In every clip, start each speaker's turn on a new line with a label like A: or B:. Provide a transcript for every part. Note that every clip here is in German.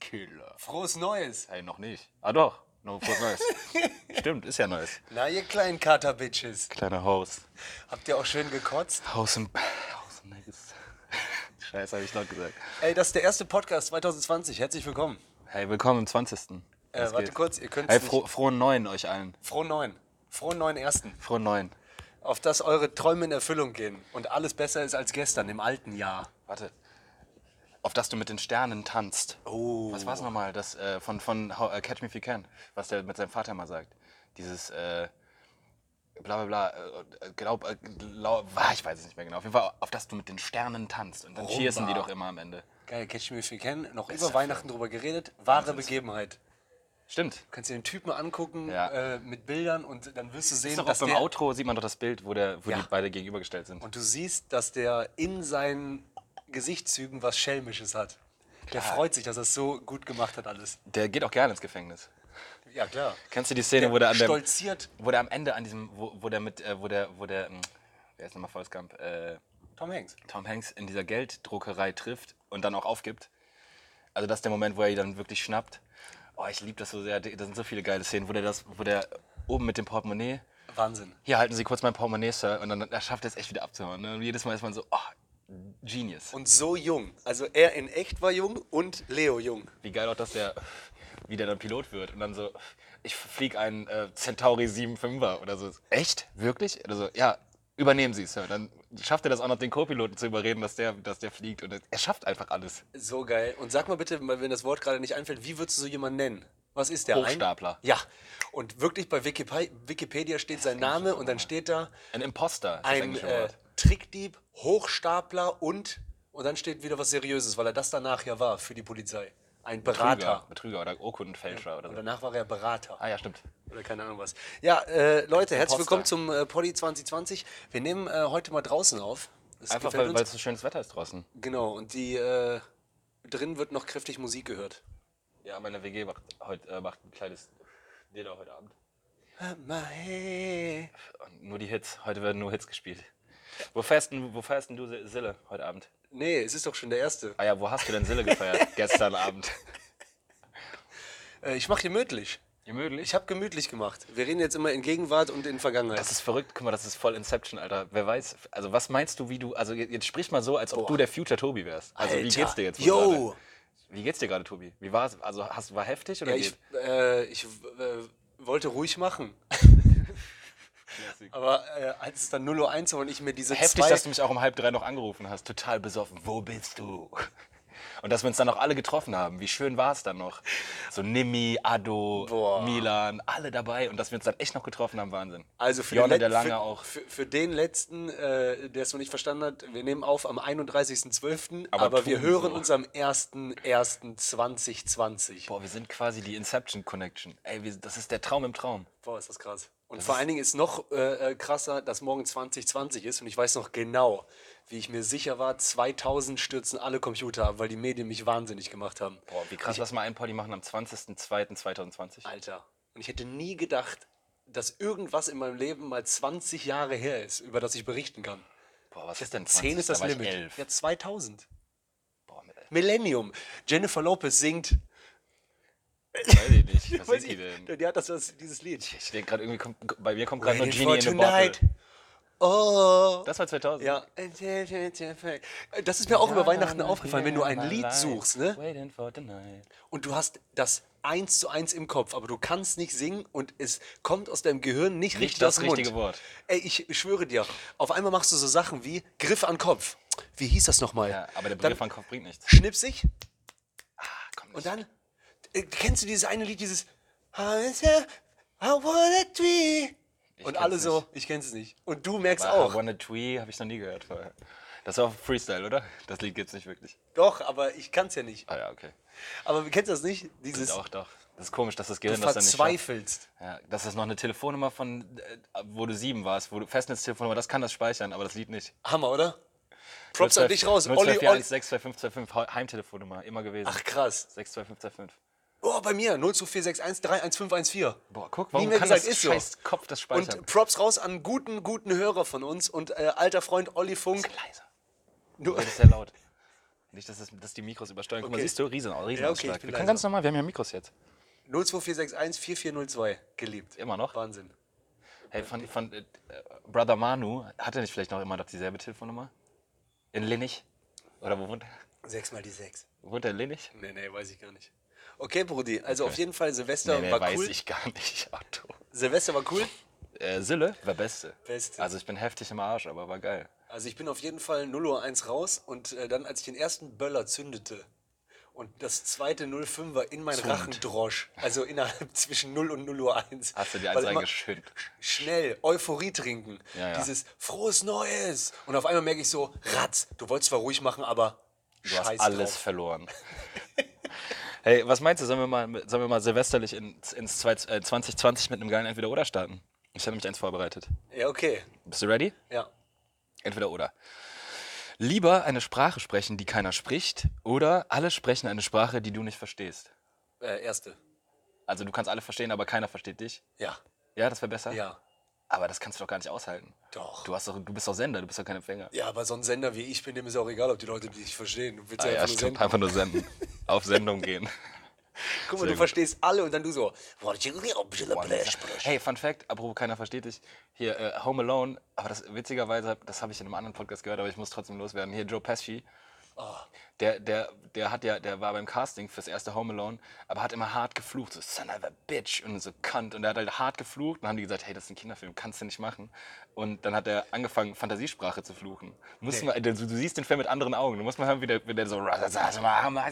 A: Killer.
B: Frohes Neues.
A: Hey, noch nicht. Ah doch, noch frohes Neues. Stimmt, ist ja Neues.
B: Na, ihr kleinen Kater-Bitches.
A: Kleiner Haus.
B: Habt ihr auch schön gekotzt?
A: Haus und Haus und Nix. Scheiße, habe ich laut gesagt.
B: Ey, das ist der erste Podcast 2020. Herzlich willkommen.
A: Hey, willkommen im 20.
B: Äh,
A: Was
B: warte
A: geht?
B: kurz, ihr könnt's
A: Hey,
B: nicht-
A: fro frohen Neuen euch allen.
B: Frohen Neuen. Frohen Neuen Ersten.
A: Frohen Neuen.
B: Auf dass eure Träume in Erfüllung gehen und alles besser ist als gestern im alten Jahr.
A: Warte. Auf das du mit den Sternen tanzt.
B: Oh.
A: Was war's nochmal? Das äh, von, von How, äh, Catch Me If You Can, was der mit seinem Vater mal sagt. Dieses äh, bla bla bla, äh, glaub, äh, glaub, ah, ich weiß es nicht mehr genau. Auf jeden Fall, auf das du mit den Sternen tanzt. Und dann
B: Rumba.
A: cheersen die doch immer am Ende.
B: Geil, Catch Me If You Can. Noch über
A: Film.
B: Weihnachten drüber geredet. Wahre Begebenheit.
A: Stimmt.
B: Kannst dir den Typen angucken
A: Ja.
B: äh, mit Bildern und dann wirst du sehen,
A: Ist doch auch
B: dass
A: beim
B: der...
A: Outro sieht man doch das Bild, wo, der, wo
B: Ja.
A: die beide gegenübergestellt sind.
B: Und du siehst, dass der in seinen Gesichtszügen was Schelmisches hat. Der
A: Klar.
B: freut sich, dass er es so gut gemacht hat alles.
A: der geht auch gerne ins Gefängnis.
B: Ja, klar.
A: Kennst du die Szene, wo der an dem,
B: stolziert.
A: wo der am Ende an diesem, wo, wo der mit, äh, wo der, wo der, ähm, wer ist nochmal Forrest Gump, äh,
B: Tom Hanks.
A: Tom Hanks in dieser Gelddruckerei trifft und dann auch aufgibt. Also das ist der Moment, wo er ihn dann wirklich schnappt. Oh, ich liebe das so sehr. Da sind so viele geile Szenen, wo der das, wo der oben mit dem Portemonnaie.
B: Wahnsinn.
A: Hier halten Sie kurz mein Portemonnaie, Sir. Und dann er schafft er es echt wieder abzuhauen. Ne? Und jedes Mal ist man so, oh, Genius.
B: Und so jung. Also er in echt war jung und Leo jung.
A: Wie geil auch, dass der wieder dann Pilot wird und dann so, ich fliege einen äh, Centauri 75er oder so. Echt? Wirklich? Oder so, ja, übernehmen Sie es, Sir. Dann schafft er das auch noch, den Co-Piloten zu überreden, dass der, dass der fliegt. Und er schafft einfach alles.
B: So geil. Und sag mal bitte, wenn das Wort gerade nicht einfällt, wie würdest du so jemanden nennen? Was ist der? Ein-
A: Hochstapler.
B: Ja. Und wirklich bei Wikipi- Wikipedia steht sein Name und dann steht da
A: Ein Imposter ist das
B: ein
A: englische
B: äh,
A: Wort.
B: Trickdieb, Hochstapler und und dann steht wieder was Seriöses, weil er das danach ja war für die Polizei. Ein Berater.
A: Betrüger, Betrüger oder Urkundenfälscher oder
B: Und
A: so.
B: danach war er Berater.
A: Ah ja, stimmt.
B: Oder keine Ahnung was. Ja, äh, Leute,
A: Imposter.
B: herzlich willkommen zum äh, Poddy 2020. Wir nehmen äh, heute mal draußen auf. Das
A: Einfach
B: gefällt
A: weil,
B: uns.
A: weil es so schönes Wetter ist draußen.
B: Genau, und die äh, drin wird noch kräftig Musik gehört.
A: Ja, meine WG macht, heute, äh, macht ein kleines Dinner heute Abend.
B: Hey.
A: Und nur die Hits. Heute werden nur Hits gespielt. Wo feierst, denn- wo feierst denn du Si- Sille heute Abend?
B: Nee, es ist doch schon der erste.
A: Ah ja, wo hast du denn Sille gefeiert gestern Abend?
B: Äh, ich mache gemütlich. Ich
A: Gemütlich?
B: habe gemütlich gemacht. Wir reden jetzt immer in Gegenwart und in Vergangenheit.
A: Das ist verrückt, guck mal, das ist voll Inception, Alter. Wer weiß, also was meinst du, wie du, also jetzt, jetzt sprich mal so, als ob du der Future Tobi wärst. Also wie
B: Alter.
A: geht's dir jetzt? wohl
B: Yo!
A: gerade? Wie geht's dir gerade, Tobi? Wie war's? Also hast, war heftig oder
B: Ja,
A: geht?
B: ich äh, ich äh, wollte ruhig machen. Aber äh, als es dann 0.01 Uhr war und ich mir diese
A: Heftig,
B: zwei...
A: dass du mich auch um halb drei noch angerufen hast. Total besoffen. Wo bist du? Und dass wir uns dann auch alle getroffen haben. Wie schön war es dann noch? So Nimi, Ado,
B: Boah.
A: Milan, alle dabei. Und dass wir uns dann echt noch getroffen haben, Wahnsinn.
B: Also für,
A: Jonne
B: den
A: der
B: Let-
A: Lange
B: für,
A: auch.
B: Für, für den letzten, äh, der es noch nicht verstanden hat, wir nehmen auf am 31.12., aber,
A: Aber
B: aber wir
A: tun
B: hören
A: so.
B: uns am 1.1.2020. Boah.
A: Boah, wir sind quasi die Inception Connection. Ey, wir, das ist der Traum im Traum.
B: Boah, ist das krass. Und vor allen Dingen ist noch äh, äh, krasser, dass morgen 2020 ist und ich weiß noch genau, wie ich mir sicher war, 2000 stürzen alle Computer ab, weil die Medien mich wahnsinnig gemacht haben.
A: Boah, wie krass. Lass mal einen Poddy machen am 20.02.2020.
B: Alter. Und ich hätte nie gedacht, dass irgendwas in meinem Leben mal 20 Jahre her ist, über das ich berichten kann.
A: Boah, was ist denn 20?
B: 10 ist das
A: da war
B: Limit.
A: Ich elf.
B: Ja, 2000.
A: Boah, mit elf.
B: Millennium. Jennifer Lopez singt.
A: Weiß ich nicht. Was sind
B: Weiß
A: die
B: ich,
A: denn?
B: die hat das, das, dieses Lied.
A: Ich denke gerade irgendwie, kommt, bei mir kommt gerade noch
B: Waiting
A: Genie in eine Bottle.
B: Oh.
A: Das war 2000.
B: ja. Das ist mir auch über Weihnachten aufgefallen, wenn du ein Lied suchst, ne?
A: Waiting for the night.
B: Und du hast das eins zu eins im Kopf, aber du kannst nicht singen und es kommt aus deinem Gehirn nicht,
A: Nicht
B: richtig
A: das
B: aus dem Mund.
A: richtige Wort.
B: Ey, ich schwöre dir, auf einmal machst du so Sachen wie Griff an Kopf. Wie hieß das nochmal?
A: Ja, aber der
B: Dann
A: Begriff an Kopf bringt nichts.
B: Schnipsig
A: Komm,
B: Und dann, äh, kennst du dieses eine Lied, dieses I wanna be? Und
A: kenn's
B: alle so,
A: nicht.
B: ich kenn's nicht. Und du merkst
A: auch.
B: auch.
A: Wanna Tree habe ich noch nie gehört vorher. Das war Freestyle, oder? Das Lied gibt's nicht wirklich.
B: Doch, aber ich kann's ja nicht.
A: Ah ja, okay.
B: Aber kennst du das nicht?
A: Das
B: Dieses,
A: doch, doch. Das ist komisch, dass das
B: du
A: Gehirn das dann nicht schafft.
B: verzweifelst.
A: Ja, das ist noch eine Telefonnummer von, äh, wo du sieben warst, wo du Festnetztelefonnummer, das kann das speichern, aber das Lied nicht.
B: Hammer, oder? Props an dich raus. Olli, Olli.
A: 622525, Hau- Heimtelefonnummer, immer gewesen.
B: Ach krass.
A: 62525.
B: Oh, bei mir 02461311514.
A: Boah, guck, warum
B: Nie mehr
A: kann
B: gesagt,
A: das
B: ist so.
A: scheiß Kopf das speichern?
B: Und Props raus an guten, guten Hörer von uns und äh, alter Freund Olli Funk.
A: leiser.
B: Du,
A: Das ist ja laut. Nicht, dass, das, dass die Mikros übersteuern. Guck mal,
B: Okay.
A: siehst du, riesen, riesen
B: Ja, okay, ich bin
A: Wir können
B: leiser.
A: ganz normal, wir haben ja Mikros jetzt.
B: 02461 4402. Geliebt.
A: Immer noch?
B: Wahnsinn.
A: Hey, von, von äh, Brother Manu, hat er nicht vielleicht noch immer noch dieselbe Telefonnummer? In Linnig? Oder wo wohnt er?
B: Sechs mal die sechs.
A: Wohnt er in Linnig?
B: Nee, nee, weiß ich gar nicht. Okay, Brudi, also auf jeden Fall Silvester
A: Nee, nee,
B: war
A: weiß
B: cool.
A: ich gar nicht, Otto.
B: Silvester war cool.
A: Äh, Sille war Beste.
B: Beste.
A: Also ich bin heftig im Arsch, aber war geil.
B: Also ich bin auf jeden Fall 0.01 Uhr raus und äh, dann, als ich den ersten Böller zündete und das zweite 05er in meinen
A: Zund.
B: Rachen drosch, also innerhalb zwischen 0 und 0.01 Uhr.
A: Hast du dir
B: weil
A: eins
B: immer
A: reingeschönt?
B: Schnell, Euphorie trinken,
A: Ja, ja.
B: dieses frohes Neues. Und auf einmal merke ich so, Ratz, du wolltest zwar ruhig machen, aber
A: Du
B: scheiß
A: hast alles
B: drauf.
A: verloren. hey, was meinst du, sollen wir mal, sollen wir mal silvesterlich in, ins zwei- äh, 2020 mit einem geilen Entweder-Oder starten? Ich habe nämlich eins vorbereitet.
B: Ja, okay.
A: Bist du ready?
B: Ja.
A: Entweder oder. Lieber eine Sprache sprechen, die keiner spricht, oder alle sprechen eine Sprache, die du nicht verstehst.
B: Äh, erste.
A: Also du kannst alle verstehen, aber keiner versteht dich.
B: Ja.
A: Ja, das wäre besser.
B: Ja.
A: Aber das kannst du doch gar nicht aushalten.
B: Doch.
A: Du, hast doch, du bist doch Sender, du bist doch kein Empfänger.
B: Ja, aber so ein Sender wie ich bin, dem ist auch egal, ob die Leute dich verstehen. Du willst
A: Ah, ja,
B: ja, einfach nur
A: stimmt.
B: senden.
A: Einfach nur senden. Auf Sendung gehen.
B: Guck mal, du
A: gut.
B: verstehst alle und dann du so.
A: Hey, Fun Fact, apropos keiner versteht dich. Hier, äh, Home Alone, aber das witzigerweise, das habe ich in einem anderen Podcast gehört, aber ich muss trotzdem loswerden. Hier, Joe Pesci, der, der, der hat ja, der war beim Casting fürs erste Home Alone, aber hat immer hart geflucht, so Son of a Bitch und so Kant. Und er hat halt hart geflucht und dann haben die gesagt, hey, das ist ein Kinderfilm, kannst du nicht machen. Und dann hat er angefangen, Fantasiesprache zu fluchen. Muss man, du, du siehst den Film mit anderen Augen. Du musst mal hören, wie der, wie der so der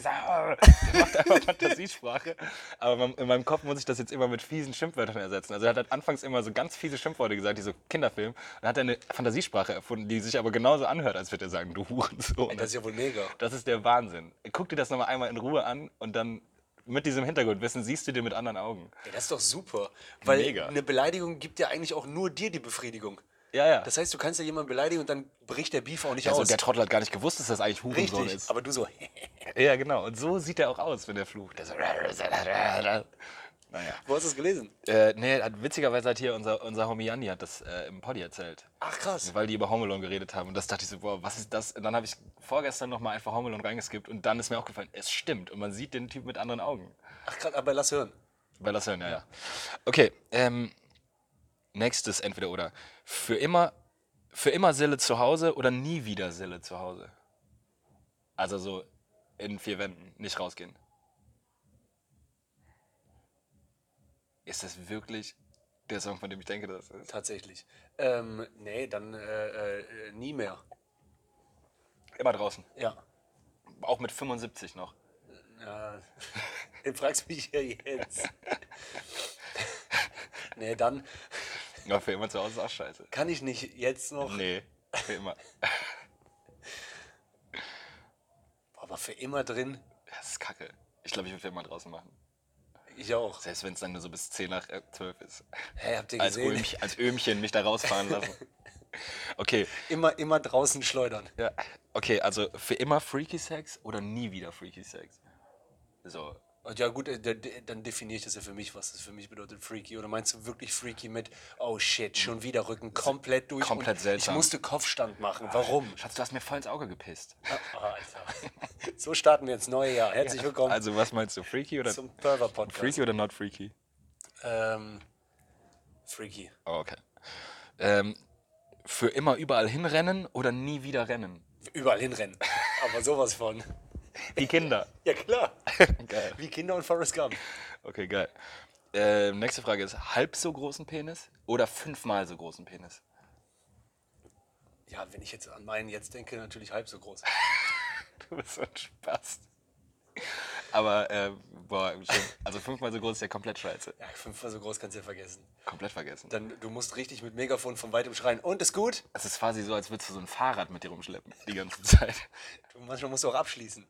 A: macht einfach Fantasiesprache. Aber man- in meinem Kopf muss ich das jetzt immer mit fiesen Schimpfwörtern ersetzen. Also er hat halt anfangs immer so ganz fiese Schimpfworte gesagt, die so Kinderfilm. Und dann hat er eine Fantasiesprache erfunden, die sich aber genauso anhört, als würde er sagen, du Hurensohn.
B: Das ist ja wohl mega.
A: Das ist der Wahnsinn. Guck dir das nochmal einmal in Ruhe an und dann mit diesem Hintergrundwissen siehst du dir mit anderen Augen.
B: Ey, das ist doch super. Weil
A: Mega.
B: eine Beleidigung gibt ja eigentlich auch nur dir die Befriedigung.
A: Ja, ja.
B: Das heißt, du kannst ja jemanden beleidigen und dann bricht der Beef auch nicht
A: also
B: aus.
A: der Trottel hat gar nicht gewusst, dass das eigentlich
B: Richtig,
A: Hurensohn ist.
B: aber du so.
A: Ja, genau. Und so sieht er auch aus, wenn er flucht. Der so naja.
B: Wo hast du es gelesen?
A: Äh, nee, hat, witzigerweise hat hier unser, unser Homie Janni hat das äh, im Poddy erzählt.
B: Ach krass.
A: Weil die über Home Alone geredet haben. Und das dachte ich so, boah, was ist das? Und dann habe ich vorgestern nochmal einfach Home Alone reingeskippt und dann ist mir auch gefallen, es stimmt. Und man sieht den Typ mit anderen Augen.
B: Ach krass, aber lass hören.
A: Bei Lasse, ja, ja. Okay, ähm, nächstes entweder oder. Für immer, für immer Sille zu Hause oder nie wieder Sille zu Hause? Also so in vier Wänden, nicht rausgehen. Ist das wirklich der Song, von dem ich denke, dass es ist?
B: Tatsächlich. Ähm, nee, dann äh, äh, äh, nie mehr.
A: Immer draußen.
B: Ja.
A: Auch mit 75 noch.
B: Ja, du fragst mich ja jetzt. nee, dann
A: Ja, für immer zu Hause ist auch scheiße.
B: kann ich nicht jetzt noch.
A: Nee, für immer.
B: Aber für immer drin.
A: Das ist kacke. Ich glaube, ich würde für immer draußen machen.
B: Ich auch.
A: Selbst wenn es dann nur so bis 10 nach äh, 12 ist.
B: Hey, habt ihr
A: als,
B: gesehen?
A: Öhmchen, als Öhmchen mich da rausfahren lassen. Okay,
B: Immer, immer draußen schleudern.
A: ja, okay, also für immer Freaky Sex oder nie wieder Freaky Sex? So,
B: Und ja, gut, äh, da- de- dann definiere ich das ja für mich, was das für mich bedeutet, freaky. Oder meinst du wirklich freaky mit, oh shit, schon wieder Rücken komplett durch?
A: komplett
B: und
A: seltsam.
B: Ich musste Kopfstand machen. Warum?
A: Schatz, du hast mir voll ins Auge gepisst.
B: Ah, Alter. So starten wir ins neue Jahr. Herzlich willkommen
A: Also, was meinst du, Freaky oder
B: zum Perver Podcast.
A: Freaky oder not Freaky?
B: Ähm, freaky.
A: Oh, okay. Ähm, für immer überall hinrennen oder nie wieder rennen?
B: Überall hinrennen. Aber sowas von.
A: Die Kinder.
B: Ja, klar.
A: geil.
B: Wie Kinder und Forrest Gump.
A: Okay, geil. Ähm, nächste Frage ist: halb so großen Penis oder fünfmal so großen Penis?
B: Ja, wenn ich jetzt an meinen jetzt denke, natürlich halb so groß.
A: Du bist so ein Spast. Aber, äh, boah, schon, also fünfmal so groß ist ja komplett scheiße.
B: Ja, fünfmal so groß kannst du ja vergessen.
A: Komplett vergessen.
B: Dann, du musst richtig mit Megafon von weitem schreien. Und ist gut?
A: Es ist quasi so, als würdest du so ein Fahrrad mit dir rumschleppen, die ganze Zeit.
B: Du, manchmal musst du auch abschließen.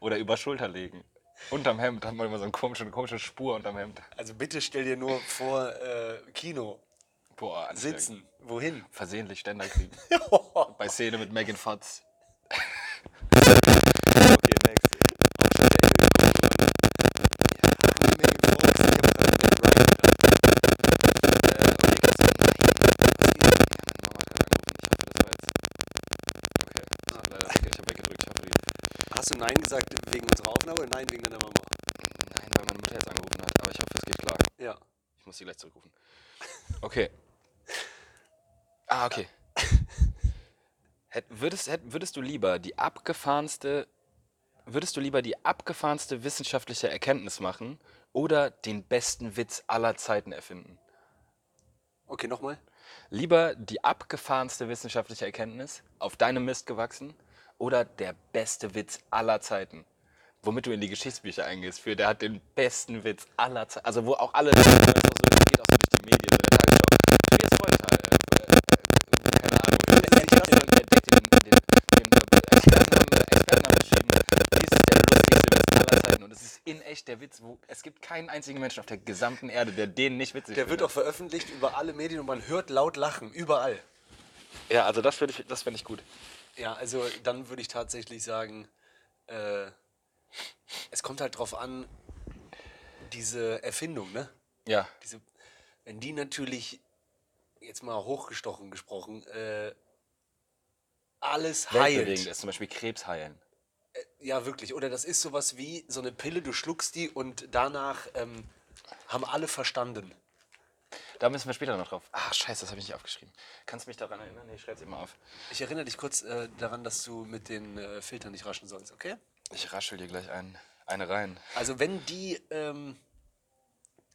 A: Oder über Schulter legen. Unterm Hemd hat man immer so eine komische, eine komische Spur unterm Hemd.
B: Also bitte stell dir nur vor, äh, Kino,
A: Boah, anstrengend.
B: sitzen, wohin?
A: Versehentlich Ständer kriegen. Bei Szene mit Megan Fox. also, äh, okay, next. Ich hoffe, das war jetzt. Okay. Das war leider- Ich hab weggedrückt. Ich hoffe, die
B: Hast du Nein gesagt wegen unserer Aufnahme oder Nein wegen deiner Mama?
A: Nein, weil meine Mutter jetzt angerufen hat, aber ich hoffe, es geht klar.
B: Ja.
A: Ich muss sie gleich zurückrufen. Okay. Ah, okay. Hätt, würdest, hätt, würdest du lieber die abgefahrenste, würdest du lieber die abgefahrenste wissenschaftliche Erkenntnis machen oder den besten Witz aller Zeiten erfinden?
B: Okay, nochmal.
A: Lieber die abgefahrenste wissenschaftliche Erkenntnis, auf deinem Mist gewachsen, oder der beste Witz aller Zeiten? Womit du in die Geschichtsbücher eingehst, für der hat den besten Witz aller Zeiten. Also, wo auch alle. Das geht auch so durch die Medien. So, der Tagesschau. Tobias Wolter, äh, äh, äh, keine Ahnung. Der Experte und der Dick, den- den- den- den Experten haben- Experten haben geschrieben, dies ist der lustigste Witz aller Zeiten. Und es ist in echt der Witz, wo es gibt keinen einzigen Menschen auf der gesamten Erde, der den nicht witzig
B: Der wird
A: findet.
B: auch veröffentlicht über alle Medien und man hört laut lachen, überall.
A: Ja, also das finde ich, das find ich gut.
B: Ja, also dann würde ich tatsächlich sagen, äh, es kommt halt drauf an, diese Erfindung, ne?
A: Ja.
B: Diese, wenn die natürlich, jetzt mal hochgestochen gesprochen, äh, alles heilt.
A: Weltbewegend ist zum Beispiel Krebs heilen.
B: Ja, wirklich. Oder das ist sowas wie so eine Pille, du schluckst die und danach ähm, haben alle verstanden.
A: Da müssen wir später noch drauf. Ah, scheiße, das habe ich nicht aufgeschrieben. Kannst du mich daran erinnern? Nee, ich schreibe es immer auf.
B: Ich erinnere dich kurz äh, daran, dass du mit den äh, Filtern nicht raschen sollst, okay?
A: Ich raschel dir gleich einen, eine rein.
B: Also wenn die ähm,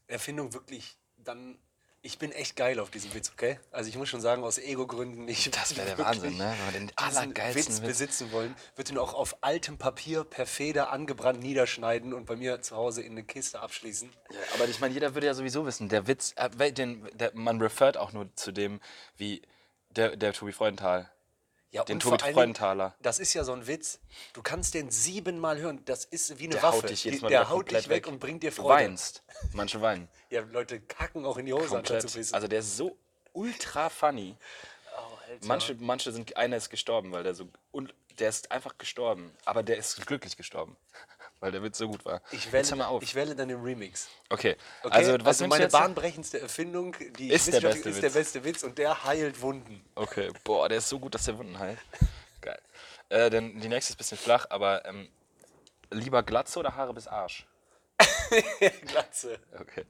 B: Erfindung wirklich dann... Ich bin echt geil auf diesen Witz, okay? Also ich muss schon sagen, aus Ego-Gründen nicht.
A: Das wäre der Wahnsinn, ne? Wenn wir den allergeilsten
B: Witz
A: Witz.
B: besitzen wollen, wird ihn auch auf altem Papier per Feder angebrannt niederschneiden und bei mir zu Hause in eine Kiste abschließen.
A: Ja, aber ich meine, jeder würde ja sowieso wissen, der Witz, äh, wel- den, der, man refert auch nur zu dem, wie der, der Tobi Freudenthal.
B: Ja,
A: Den
B: und
A: Tobi
B: vor allen Dingen-
A: Freudenthaler.
B: Das ist ja so ein Witz. Du kannst den siebenmal hören. Das ist wie eine
A: Der
B: Waffe.
A: haut dich jedes
B: Die-
A: Mal wieder
B: der haut
A: komplett
B: dich weg
A: weg.
B: und bringt dir
A: Du
B: Freude.
A: weinst. Manche weinen.
B: Ja, Leute kacken auch in die Hose anstatt zu Oh,
A: Komplett.
B: pissen.
A: Also der ist so ultra funny. Manche, manche sind, einer ist gestorben, weil der so, und der ist einfach gestorben, aber der ist glücklich gestorben, weil der Witz so gut war.
B: ich
A: Jetzt hör mal
B: wähle,
A: auf.
B: ich wähle dann den Remix.
A: okay.
B: Okay?
A: also was nimmst du
B: meine
A: jetzt?
B: bahnbrechendste Erfindung, die
A: Ist der
B: wissenschaftlich-
A: beste
B: ist
A: Witz.
B: der beste Witz und der heilt Wunden.
A: Okay, boah, der ist so gut, dass der Wunden heilt. Geil. Äh, denn die nächste ist ein bisschen flach, aber ähm, lieber Glatze oder Haare bis Arsch?
B: Glatze.
A: Okay.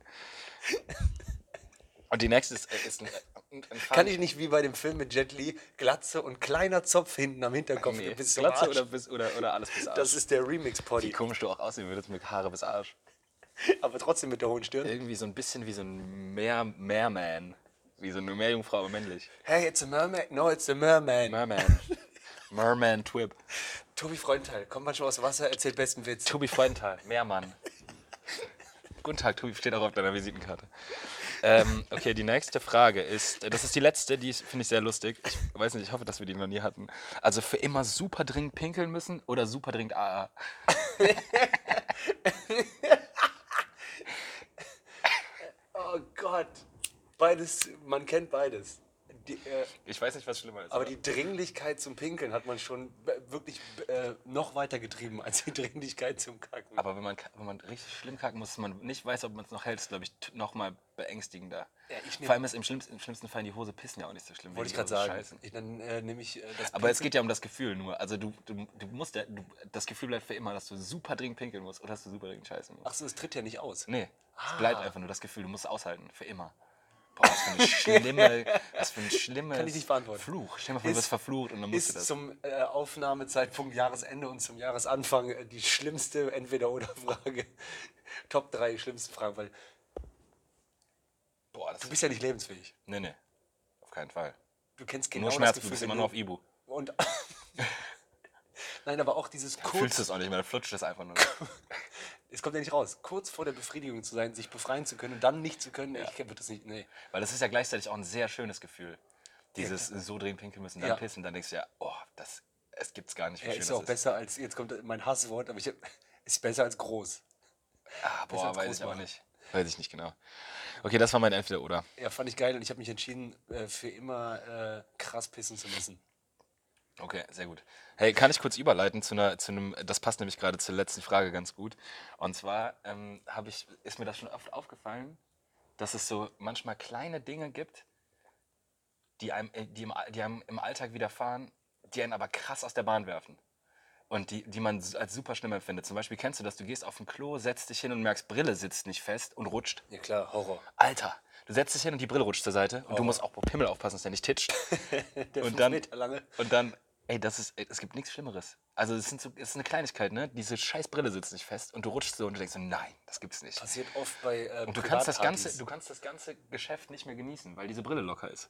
A: Und die nächste ist, äh, ist ein, ein, ein
B: Kann ich nicht wie bei dem Film mit Jet Li Glatze und kleiner Zopf hinten am Hinterkopf.
A: nee.
B: Du bist so
A: Glatze
B: Arsch.
A: oder, bis, oder, oder alles bis Arsch?
B: Das ist der
A: wie
B: Remix-Poddy.
A: komisch du auch aussehen würdest mit Haare bis Arsch.
B: Aber trotzdem mit der hohen Stirn.
A: Irgendwie so ein bisschen wie so ein Meer, Meerman. Wie so eine Meerjungfrau, aber männlich.
B: Hey, it's a mermaid. No, it's a merman.
A: Merman. Merman Twib.
B: Tobi Freundteil, kommt manchmal aus dem Wasser, erzählt besten Witz.
A: Tobi Freudenthal, Meermann. Guten Tag, Tobi, steht auch auf deiner Visitenkarte. Ähm, okay, die nächste Frage ist, äh, das ist die letzte, die ist- finde ich sehr lustig. Ich weiß nicht, ich hoffe, dass wir die noch nie hatten. Also für immer super dringend pinkeln müssen oder super dringend AA?
B: Oh Gott. Beides, man kennt beides. Die, äh,
A: Ich weiß nicht, was schlimmer ist.
B: aber die Dringlichkeit zum Pinkeln hat man schon b- wirklich b- äh, noch weiter getrieben als die Dringlichkeit zum Kacken.
A: aber wenn, man, ka- wenn man richtig schlimm kacken muss, man nicht weiß, ob man es noch hält, ist, glaube ich, t- noch mal beängstigender.
B: Ja, ich nehm-
A: Vor allem ist im schlimmsten, im schlimmsten Fall in die Hose pissen ja auch nicht so schlimm.
B: Wollte
A: wie
B: ich
A: die Hose
B: gerade sagen.
A: scheißen.
B: Ich, dann äh, nehme ich äh, das
A: Aber es geht ja um das Gefühl nur. Also du, du, du musst ja, du, das Gefühl bleibt für immer, dass du super dringend pinkeln musst oder dass du super dringend scheißen musst.
B: Achso, es tritt ja nicht aus.
A: Nee, es bleibt
B: Ah.
A: einfach nur das Gefühl, du musst es aushalten, für immer. Boah, was für eine schlimme, was für ein schlimmes
B: Kann ich nicht beantworten.
A: Fluch. Stell dir mal vor, du
B: Ist-
A: wirst verflucht und dann musst du
B: Ist
A: das.
B: zum äh, Aufnahmezeitpunkt Jahresende und zum Jahresanfang äh, die schlimmste Entweder-Oder-Frage. Top 3 schlimmsten Fragen, weil
A: Boah, das
B: du bist ja nicht lebensfähig.
A: Nee, nee. Auf keinen Fall.
B: Du kennst genau
A: nur
B: das
A: Schmerz, du
B: Gefühl.
A: bist
B: wenn
A: immer
B: du-
A: nur auf Ibu.
B: Und. Nein, aber auch dieses
A: Fühlst
B: kurz.
A: du es auch nicht mehr, dann flutscht es einfach nur.
B: Es kommt ja nicht raus. Kurz vor der Befriedigung zu sein, sich befreien zu können und dann nicht zu können. Ich würde das nicht. Nee.
A: Weil das ist ja gleichzeitig auch ein sehr schönes Gefühl. Dieses so dringend pinkeln müssen, dann
B: Ja.
A: pissen, dann denkst du ja, oh, das, es gibt's gar nicht, wie
B: Ja,
A: schön
B: ist
A: das
B: auch besser als. Jetzt kommt mein Hasswort, aber ich. hab- Ist besser als groß.
A: Ah, boah,
B: als
A: weiß ich auch
B: Großmacher.
A: nicht. Weiß ich nicht genau. Okay, das war mein Entweder-Oder.
B: Ja, fand ich geil und ich habe mich entschieden, äh, für immer äh, krass pissen zu müssen.
A: Okay, sehr gut. Hey, kann ich kurz überleiten zu einer, zu einem, das passt nämlich gerade zur letzten Frage ganz gut. Und zwar ähm, habe ich, ist mir das schon oft aufgefallen, dass es so manchmal kleine Dinge gibt, die einem, äh, die im, Al- die einem im Alltag widerfahren, die einen aber krass aus der Bahn werfen. und die, die man s- als super schlimm empfindet. Zum Beispiel kennst du das, du gehst auf ein Klo, setzt dich hin und merkst, Brille sitzt nicht fest und rutscht.
B: Ja klar, Horror.
A: Alter, du setzt dich hin und die Brille rutscht zur Seite und du musst auch beim Pimmel aufpassen, dass der nicht titscht. und, dann,
B: Meter lange.
A: und dann, ey, das ist, ey, es gibt nichts Schlimmeres. Also es, sind so, es ist eine Kleinigkeit, ne? Diese scheiß Brille sitzt nicht fest und du rutschst so und du denkst so, nein, das gibt's nicht.
B: Passiert oft bei äh,
A: Und du kannst, das ganze, du kannst das ganze Geschäft nicht mehr genießen, weil diese Brille locker ist.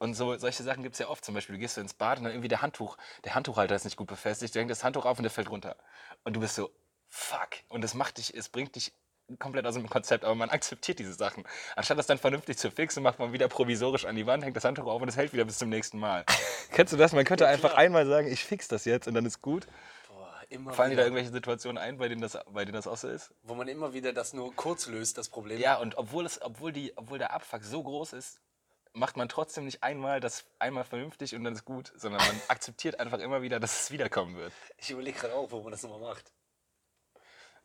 A: Und so, solche Sachen gibt es ja oft. Zum Beispiel, du gehst so ins Bad und dann irgendwie der Handtuch, der Handtuchhalter ist nicht gut befestigt, du hängst das Handtuch auf und der fällt runter. Und du bist so, fuck. Und das macht dich, es bringt dich komplett aus dem Konzept, aber man akzeptiert diese Sachen. Anstatt das dann vernünftig zu fixen, macht man wieder provisorisch an die Wand, hängt das Handtuch auf und es hält wieder bis zum nächsten Mal. Kennst du das? Man könnte einfach einmal sagen, ich fix das jetzt und dann ist gut.
B: Boah, immer
A: Fallen dir da
B: wieder,
A: irgendwelche Situationen ein, bei denen das, bei denen das auch so ist?
B: wo man immer wieder das nur kurz löst, das Problem.
A: Ja, und obwohl, es, obwohl, die, obwohl der Abfuck so groß ist, macht man trotzdem nicht einmal das einmal vernünftig und dann ist gut, sondern man akzeptiert einfach immer wieder, dass es wiederkommen wird.
B: Ich überlege gerade auch, wo man das nochmal macht.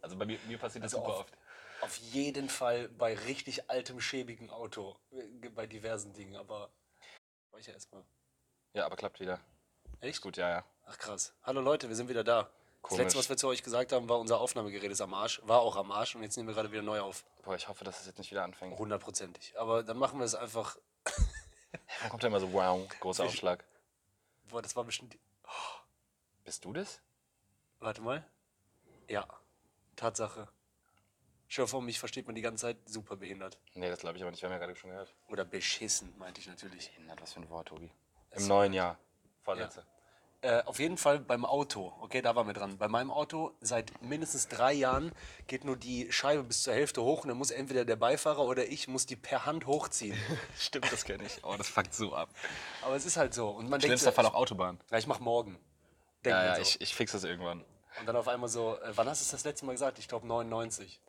A: Also bei mir, mir passiert das
B: Also
A: super
B: auf-
A: oft.
B: Auf jeden Fall bei richtig altem, schäbigem Auto. äh, Bei diversen Dingen, aber. War ich ja erstmal.
A: Ja, aber klappt wieder. Ist
B: Echt?
A: gut, ja, ja.
B: Ach krass. Hallo Leute, wir sind wieder da. Das
A: Komisch.
B: letzte, was wir zu euch gesagt haben, war, unser Aufnahmegerät ist am Arsch. War auch am Arsch und jetzt nehmen wir gerade wieder neu auf.
A: Boah, ich hoffe, dass es jetzt nicht wieder anfängt.
B: Hundertprozentig. Aber dann machen wir es einfach.
A: Dann kommt ja immer so, wow, großer
B: Ich-
A: Aufschlag.
B: Boah, das war bestimmt.
A: Bist du das?
B: Warte mal. Ja. Tatsache. Stell dir vor, mich versteht man die ganze Zeit super behindert.
A: Nee, das glaube ich aber nicht. Wir haben ja gerade schon gehört.
B: Oder beschissen, meinte ich natürlich.
A: Behindert, was für ein Wort, Tobi. Im neuen Jahr. Vorletzte.
B: Äh, auf jeden Fall beim Auto. Okay, da waren wir dran. Bei meinem Auto seit mindestens drei Jahren geht nur die Scheibe bis zur Hälfte hoch und dann muss entweder der Beifahrer oder ich muss die per Hand hochziehen.
A: Stimmt, das kenne ich. Oh, das fuckt so ab.
B: Aber es ist halt so. Und man
A: Schlimmster
B: denkt,
A: Fall auch Autobahn.
B: Ja, ich mach morgen. Denkt
A: Ja,
B: man
A: ja,
B: so.
A: ich, ich fix das irgendwann.
B: Und dann auf einmal so, äh, wann hast du es das letzte Mal gesagt? Ich glaube 99.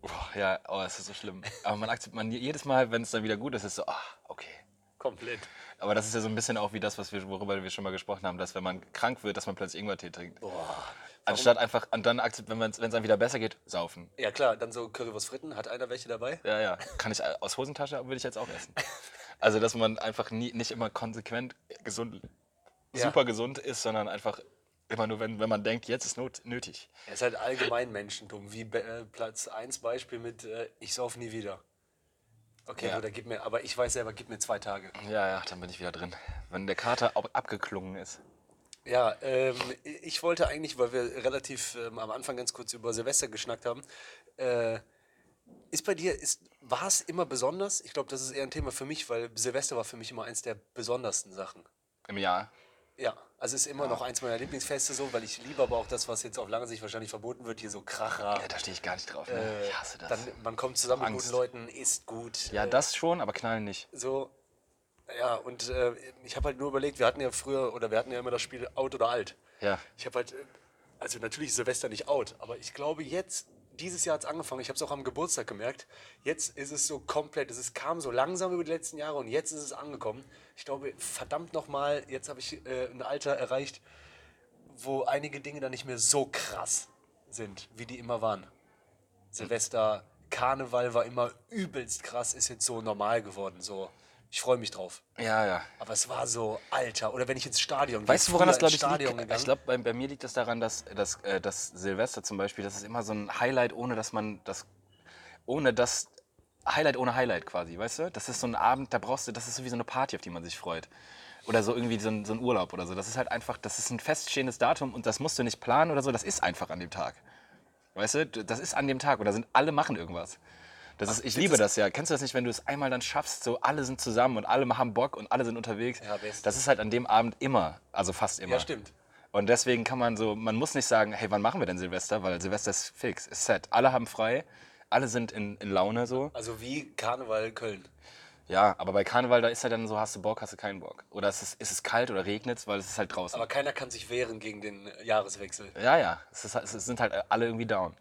A: Boah, ja, oh, es ist so schlimm. Aber man akzeptiert man jedes Mal, wenn es dann wieder gut ist, ist so, ah, okay.
B: Komplett.
A: Aber das ist ja so ein bisschen auch wie das, was wir, worüber wir schon mal gesprochen haben, dass wenn man krank wird, dass man plötzlich Ingwertee trinkt.
B: Boah.
A: Anstatt einfach, und dann akzeptiert, wenn es einem wieder besser geht, saufen.
B: Ja klar, dann so Currywurst Fritten. Hat einer welche dabei?
A: Ja, ja. Kann ich aus Hosentasche, würde ich jetzt auch essen. Also, dass man einfach nie, nicht immer konsequent gesund,
B: Ja.
A: super gesund ist, sondern einfach immer nur, wenn, wenn man denkt, jetzt ist not, nötig.
B: Er ist halt allgemein menschendumm. Wie Be- äh, Platz 1 Beispiel mit äh, Ich sauf nie wieder. Okay,
A: Ja.
B: oder gib mir, aber ich weiß selber, gib mir zwei Tage.
A: Ja, ja, dann bin ich wieder drin. Wenn der Kater ab, abgeklungen ist.
B: Ja, ähm, ich wollte eigentlich, weil wir relativ ähm, am Anfang ganz kurz über Silvester geschnackt haben, äh, ist bei dir, ist, war es immer besonders? Ich glaube, das ist eher ein Thema für mich, weil Silvester war für mich immer eins der besondersten Sachen.
A: Im Jahr.
B: Ja, also ist immer noch eins meiner Lieblingsfeste so, weil ich liebe aber auch das, was jetzt auf lange Sicht wahrscheinlich verboten wird, hier so Kracher.
A: Ja, da stehe ich gar nicht drauf. Ne?
B: Äh,
A: ich hasse das.
B: Dann, man kommt zusammen mit
A: Angst.
B: guten Leuten, isst gut.
A: Ja, das schon, aber knallen nicht.
B: So, ja, und äh, ich habe halt nur überlegt, wir hatten ja früher, oder wir hatten ja immer das Spiel Out oder Alt.
A: Ja.
B: Ich habe halt, äh, also natürlich ist Silvester nicht out, aber ich glaube jetzt, dieses Jahr hat es angefangen, ich habe es auch am Geburtstag gemerkt, jetzt ist es so komplett, es ist, kam so langsam über die letzten Jahre und jetzt ist es angekommen. Ich glaube, verdammt nochmal, jetzt habe ich äh, ein Alter erreicht, wo einige Dinge dann nicht mehr so krass sind, wie die immer waren.
A: Hm.
B: Silvester, Karneval war immer übelst krass, ist jetzt so normal geworden, so. Ich freue mich drauf.
A: Ja, ja.
B: Aber es war so, Alter. Oder wenn ich ins Stadion gehe.
A: Weißt du, woran das,
B: früher
A: glaube
B: ins
A: ich,
B: Stadion
A: liegt?
B: gegangen.
A: Ich glaube, bei, bei mir liegt das daran, dass, dass, äh, dass Silvester zum Beispiel, das ist immer so ein Highlight, ohne dass man das, ohne das, Highlight ohne Highlight quasi, weißt du? Das ist so ein Abend, da brauchst du, das ist so wie so eine Party, auf die man sich freut. Oder so irgendwie so ein, so ein Urlaub oder so. Das ist halt einfach, das ist ein feststehendes Datum und das musst du nicht planen oder so, das ist einfach an dem Tag. Weißt du, das ist an dem Tag und da sind alle machen irgendwas. Das ist, ich liebe das ja. Kennst du das nicht, wenn du es einmal dann schaffst, so alle sind zusammen und alle haben Bock und alle sind unterwegs?
B: Ja, best.
A: das ist halt an dem Abend immer, also fast immer.
B: Ja, stimmt.
A: Und deswegen kann man so, man muss nicht sagen, hey, wann machen wir denn Silvester? Weil Silvester ist fix, ist set. Alle haben frei, alle sind in, in Laune so.
B: Also wie Karneval Köln.
A: Ja, aber bei Karneval, da ist halt dann so, hast du Bock, hast du keinen Bock. Oder es ist, ist es kalt oder regnet weil es ist halt draußen.
B: Aber keiner kann sich wehren gegen den äh, Jahreswechsel.
A: Ja, ja. Es, ist, es sind halt alle irgendwie down.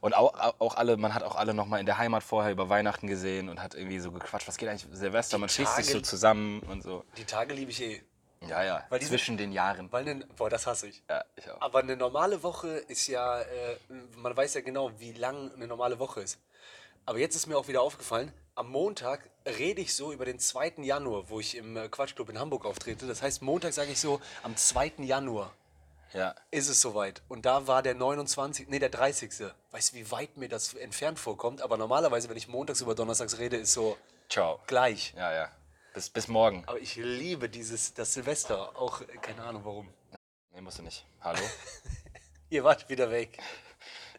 A: Und auch, auch alle, man hat auch alle nochmal in der Heimat vorher über Weihnachten gesehen und hat irgendwie so gequatscht, was geht eigentlich Silvester? Man schießt sich so
B: Tage-
A: zusammen und so.
B: Die Tage liebe ich eh.
A: Ja, ja.
B: Weil diese-
A: Zwischen den Jahren.
B: Weil ne, boah, das hasse ich.
A: Ja, ich auch.
B: Aber eine normale Woche ist ja, äh, man weiß ja genau, wie lang eine normale Woche ist. Aber jetzt ist mir auch wieder aufgefallen, am Montag rede ich so über den 2. Januar, wo ich im äh, Quatschclub in Hamburg auftrete. Das heißt, Montag sage ich so, am 2. Januar.
A: Ja.
B: ist es soweit. Und da war der 29., nee, der 30. Weißt du, wie weit mir das entfernt vorkommt? Aber normalerweise, wenn ich montags über donnerstags rede, ist so
A: Ciao.
B: gleich.
A: Ja, ja. Bis, bis morgen.
B: Aber ich liebe dieses, das Silvester. Auch äh, keine Ahnung warum.
A: Nee, musst du nicht. Hallo?
B: Ihr wart wieder weg.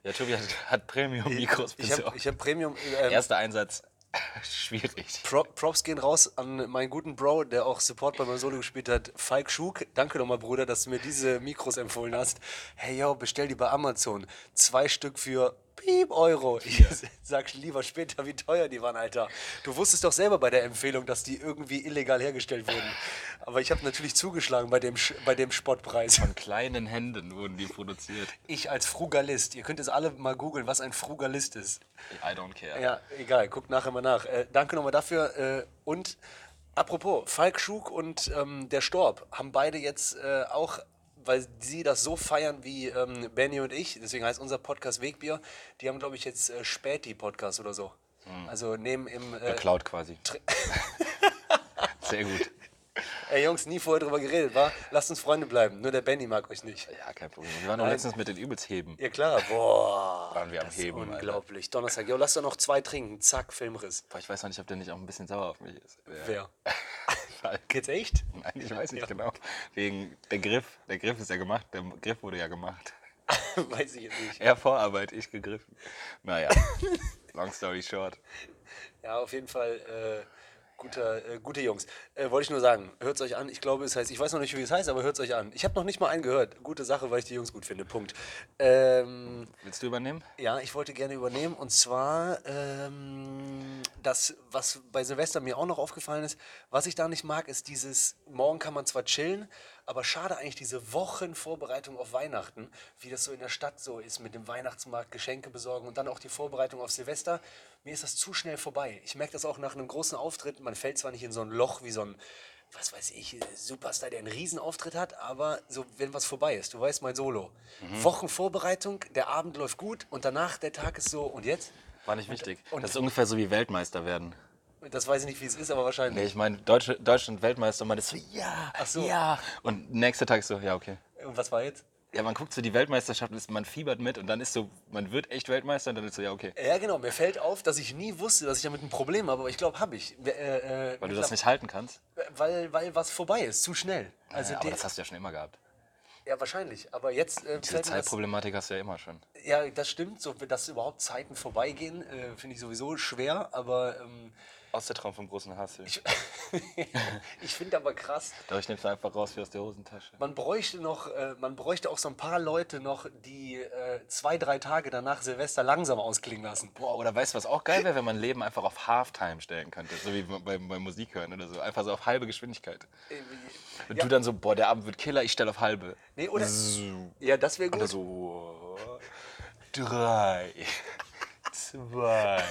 A: Ja, Tobi hat, hat Premium-Mikros
B: Ich habe
A: besorgt.
B: ich hab Premium. Ähm,
A: Erster Einsatz. Schwierig.
B: Pro, Props gehen raus an meinen guten Bro, der auch Support bei meinem Solo gespielt hat, Falk Schug. Danke nochmal, Bruder, dass du mir diese Mikros empfohlen hast. Hey, yo, bestell die bei Amazon. Zwei Stück für piep Euro. Ich sag lieber später, wie teuer die waren, Alter. Du wusstest doch selber bei der Empfehlung, dass die irgendwie illegal hergestellt wurden. Aber ich habe natürlich zugeschlagen bei dem, Sch- bei dem Spottpreis.
A: Von kleinen Händen wurden die produziert.
B: Ich als Frugalist, ihr könnt es alle mal googeln, was ein Frugalist ist.
A: I don't care.
B: Ja, egal, guckt nachher mal nach. Äh, danke nochmal dafür. Äh, und apropos, Falk Schug und ähm, der Storb haben beide jetzt äh, auch, weil sie das so feiern wie ähm, Benny und ich, deswegen heißt unser Podcast Wegbier, die haben, glaube ich, jetzt äh, Späti-Podcast oder so.
A: Hm.
B: Also nehmen im. Äh,
A: Geklaut quasi. Sehr gut.
B: ey, Jungs, nie vorher drüber geredet, war? Lasst uns Freunde bleiben, nur der Benny mag euch nicht.
A: Ja, kein Problem. Wir waren doch letztens mit den Übelsheben.
B: Ja, klar, boah.
A: Waren wir am
B: das
A: Heben,
B: Ist
A: Alter.
B: unglaublich. Donnerstag, yo, lass doch noch zwei trinken. Zack, Filmriss.
A: Boah, ich weiß noch nicht, ob der nicht auch ein bisschen sauer auf mich ist.
B: Wer?
A: Falk.
B: Geht's echt?
A: Nein, ich weiß nicht genau. Wegen der Griff. Der Griff ist ja gemacht. Der Griff wurde ja gemacht.
B: Weiß ich jetzt nicht.
A: Er Vorarbeit, ich gegriffen. Naja, long story short.
B: Ja, auf jeden Fall äh, guter, äh, gute Jungs. Äh, Wollte ich nur sagen, hört es euch an. Ich glaube, es heißt, ich weiß noch nicht, wie es heißt, aber hört es euch an. Ich habe noch nicht mal einen gehört. Gute Sache, weil ich die Jungs gut finde. Punkt. Ähm,
A: Willst du übernehmen?
B: ja, ich wollte gerne übernehmen und zwar ähm, das, was bei Silvester mir auch noch aufgefallen ist, was ich da nicht mag, ist dieses, morgen kann man zwar chillen, aber schade eigentlich diese Wochenvorbereitung auf Weihnachten, wie das so in der Stadt so ist mit dem Weihnachtsmarkt, Geschenke besorgen und dann auch die Vorbereitung auf Silvester. Mir ist das zu schnell vorbei. Ich merke das auch nach einem großen Auftritt. Man fällt zwar nicht in so ein Loch wie so ein was weiß ich, Superstar, der einen Riesenauftritt hat, aber so, wenn was vorbei ist, du weißt mein Solo.
A: Mhm.
B: Wochen Vorbereitung, der Abend läuft gut und danach der Tag ist so und jetzt?
A: War nicht wichtig.
B: und-
A: das ist ungefähr so wie Weltmeister werden.
B: Das weiß ich nicht, wie es ist, aber
A: Nee,
B: wahrscheinlich.
A: ich meine, Deutsche, Deutschland Weltmeister, man ist so, ja,
B: Ach so.
A: ja. Und nächster Tag ist so, ja, okay.
B: Und was war jetzt?
A: Ja, man guckt so die Weltmeisterschaft, und ist- man fiebert mit und dann ist so, man wird echt Weltmeister und dann ist so, ja, okay.
B: Ja, genau, mir fällt auf, dass ich nie wusste, dass ich damit ein Problem habe, aber ich glaube, habe ich. Äh, äh,
A: Weil du das nicht halten kannst.
B: Weil, weil was vorbei ist, zu schnell. Also
A: ja, aber
B: der-
A: das hast du ja schon immer gehabt.
B: ja, wahrscheinlich. Aber jetzt äh,
A: Diese
B: fällt mir das-
A: Zeitproblematik hast du ja immer schon.
B: Ja, das stimmt. So, dass überhaupt Zeiten vorbeigehen, äh, finde ich sowieso schwer. Aber ähm,
A: Aus der Traum vom großen Hassel. Ich,
B: ich finde aber krass,
A: Doch, ich nehm's einfach raus wie aus der Hosentasche.
B: Man bräuchte noch, äh, man bräuchte auch so ein paar Leute noch, die äh, zwei, drei Tage danach Silvester langsam ausklingen lassen.
A: Boah, oder weißt du, was auch geil wäre, wenn man Leben einfach auf Halftime stellen könnte, so wie beim, beim Musik hören oder so, einfach so auf halbe Geschwindigkeit. Und du dann so, boah, der Abend wird Killer, ich stelle auf halbe.
B: Nee, oder? Ja, das wäre
A: Und dann
B: gut.
A: so drei, zwei,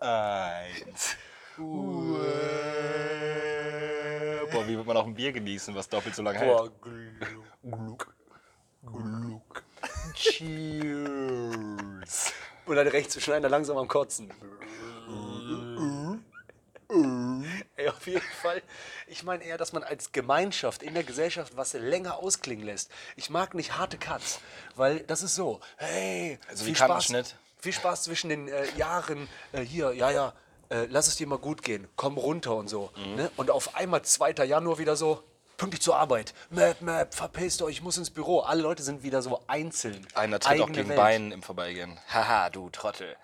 A: eins. Boah, wie wird man auch ein Bier genießen, was doppelt so lange hält?
B: Boah, Glück.
A: Gluck, gluck. Cheers.
B: Und dann rechts zwischen einer langsam am Kotzen.
A: Mhm.
B: Ey, auf jeden Fall. Ich meine eher, dass man als Gemeinschaft in der Gesellschaft was länger ausklingen lässt. Ich mag nicht harte Cuts, weil das ist so. Hey,
A: Also wie Kartenschnitt?
B: viel Spaß zwischen den äh, Jahren. Äh, hier, ja, ja, äh, lass es dir mal gut gehen. Komm runter und so.
A: Mhm.
B: Ne? Und auf einmal 2. Januar wieder so. Pünktlich zur Arbeit. Map, map, verpisst euch, ich muss ins Büro. Alle Leute sind wieder so einzeln.
A: Einer tritt auch
B: Eigene
A: gegen
B: Welt.
A: Beinen im Vorbeigehen. Haha, du Trottel.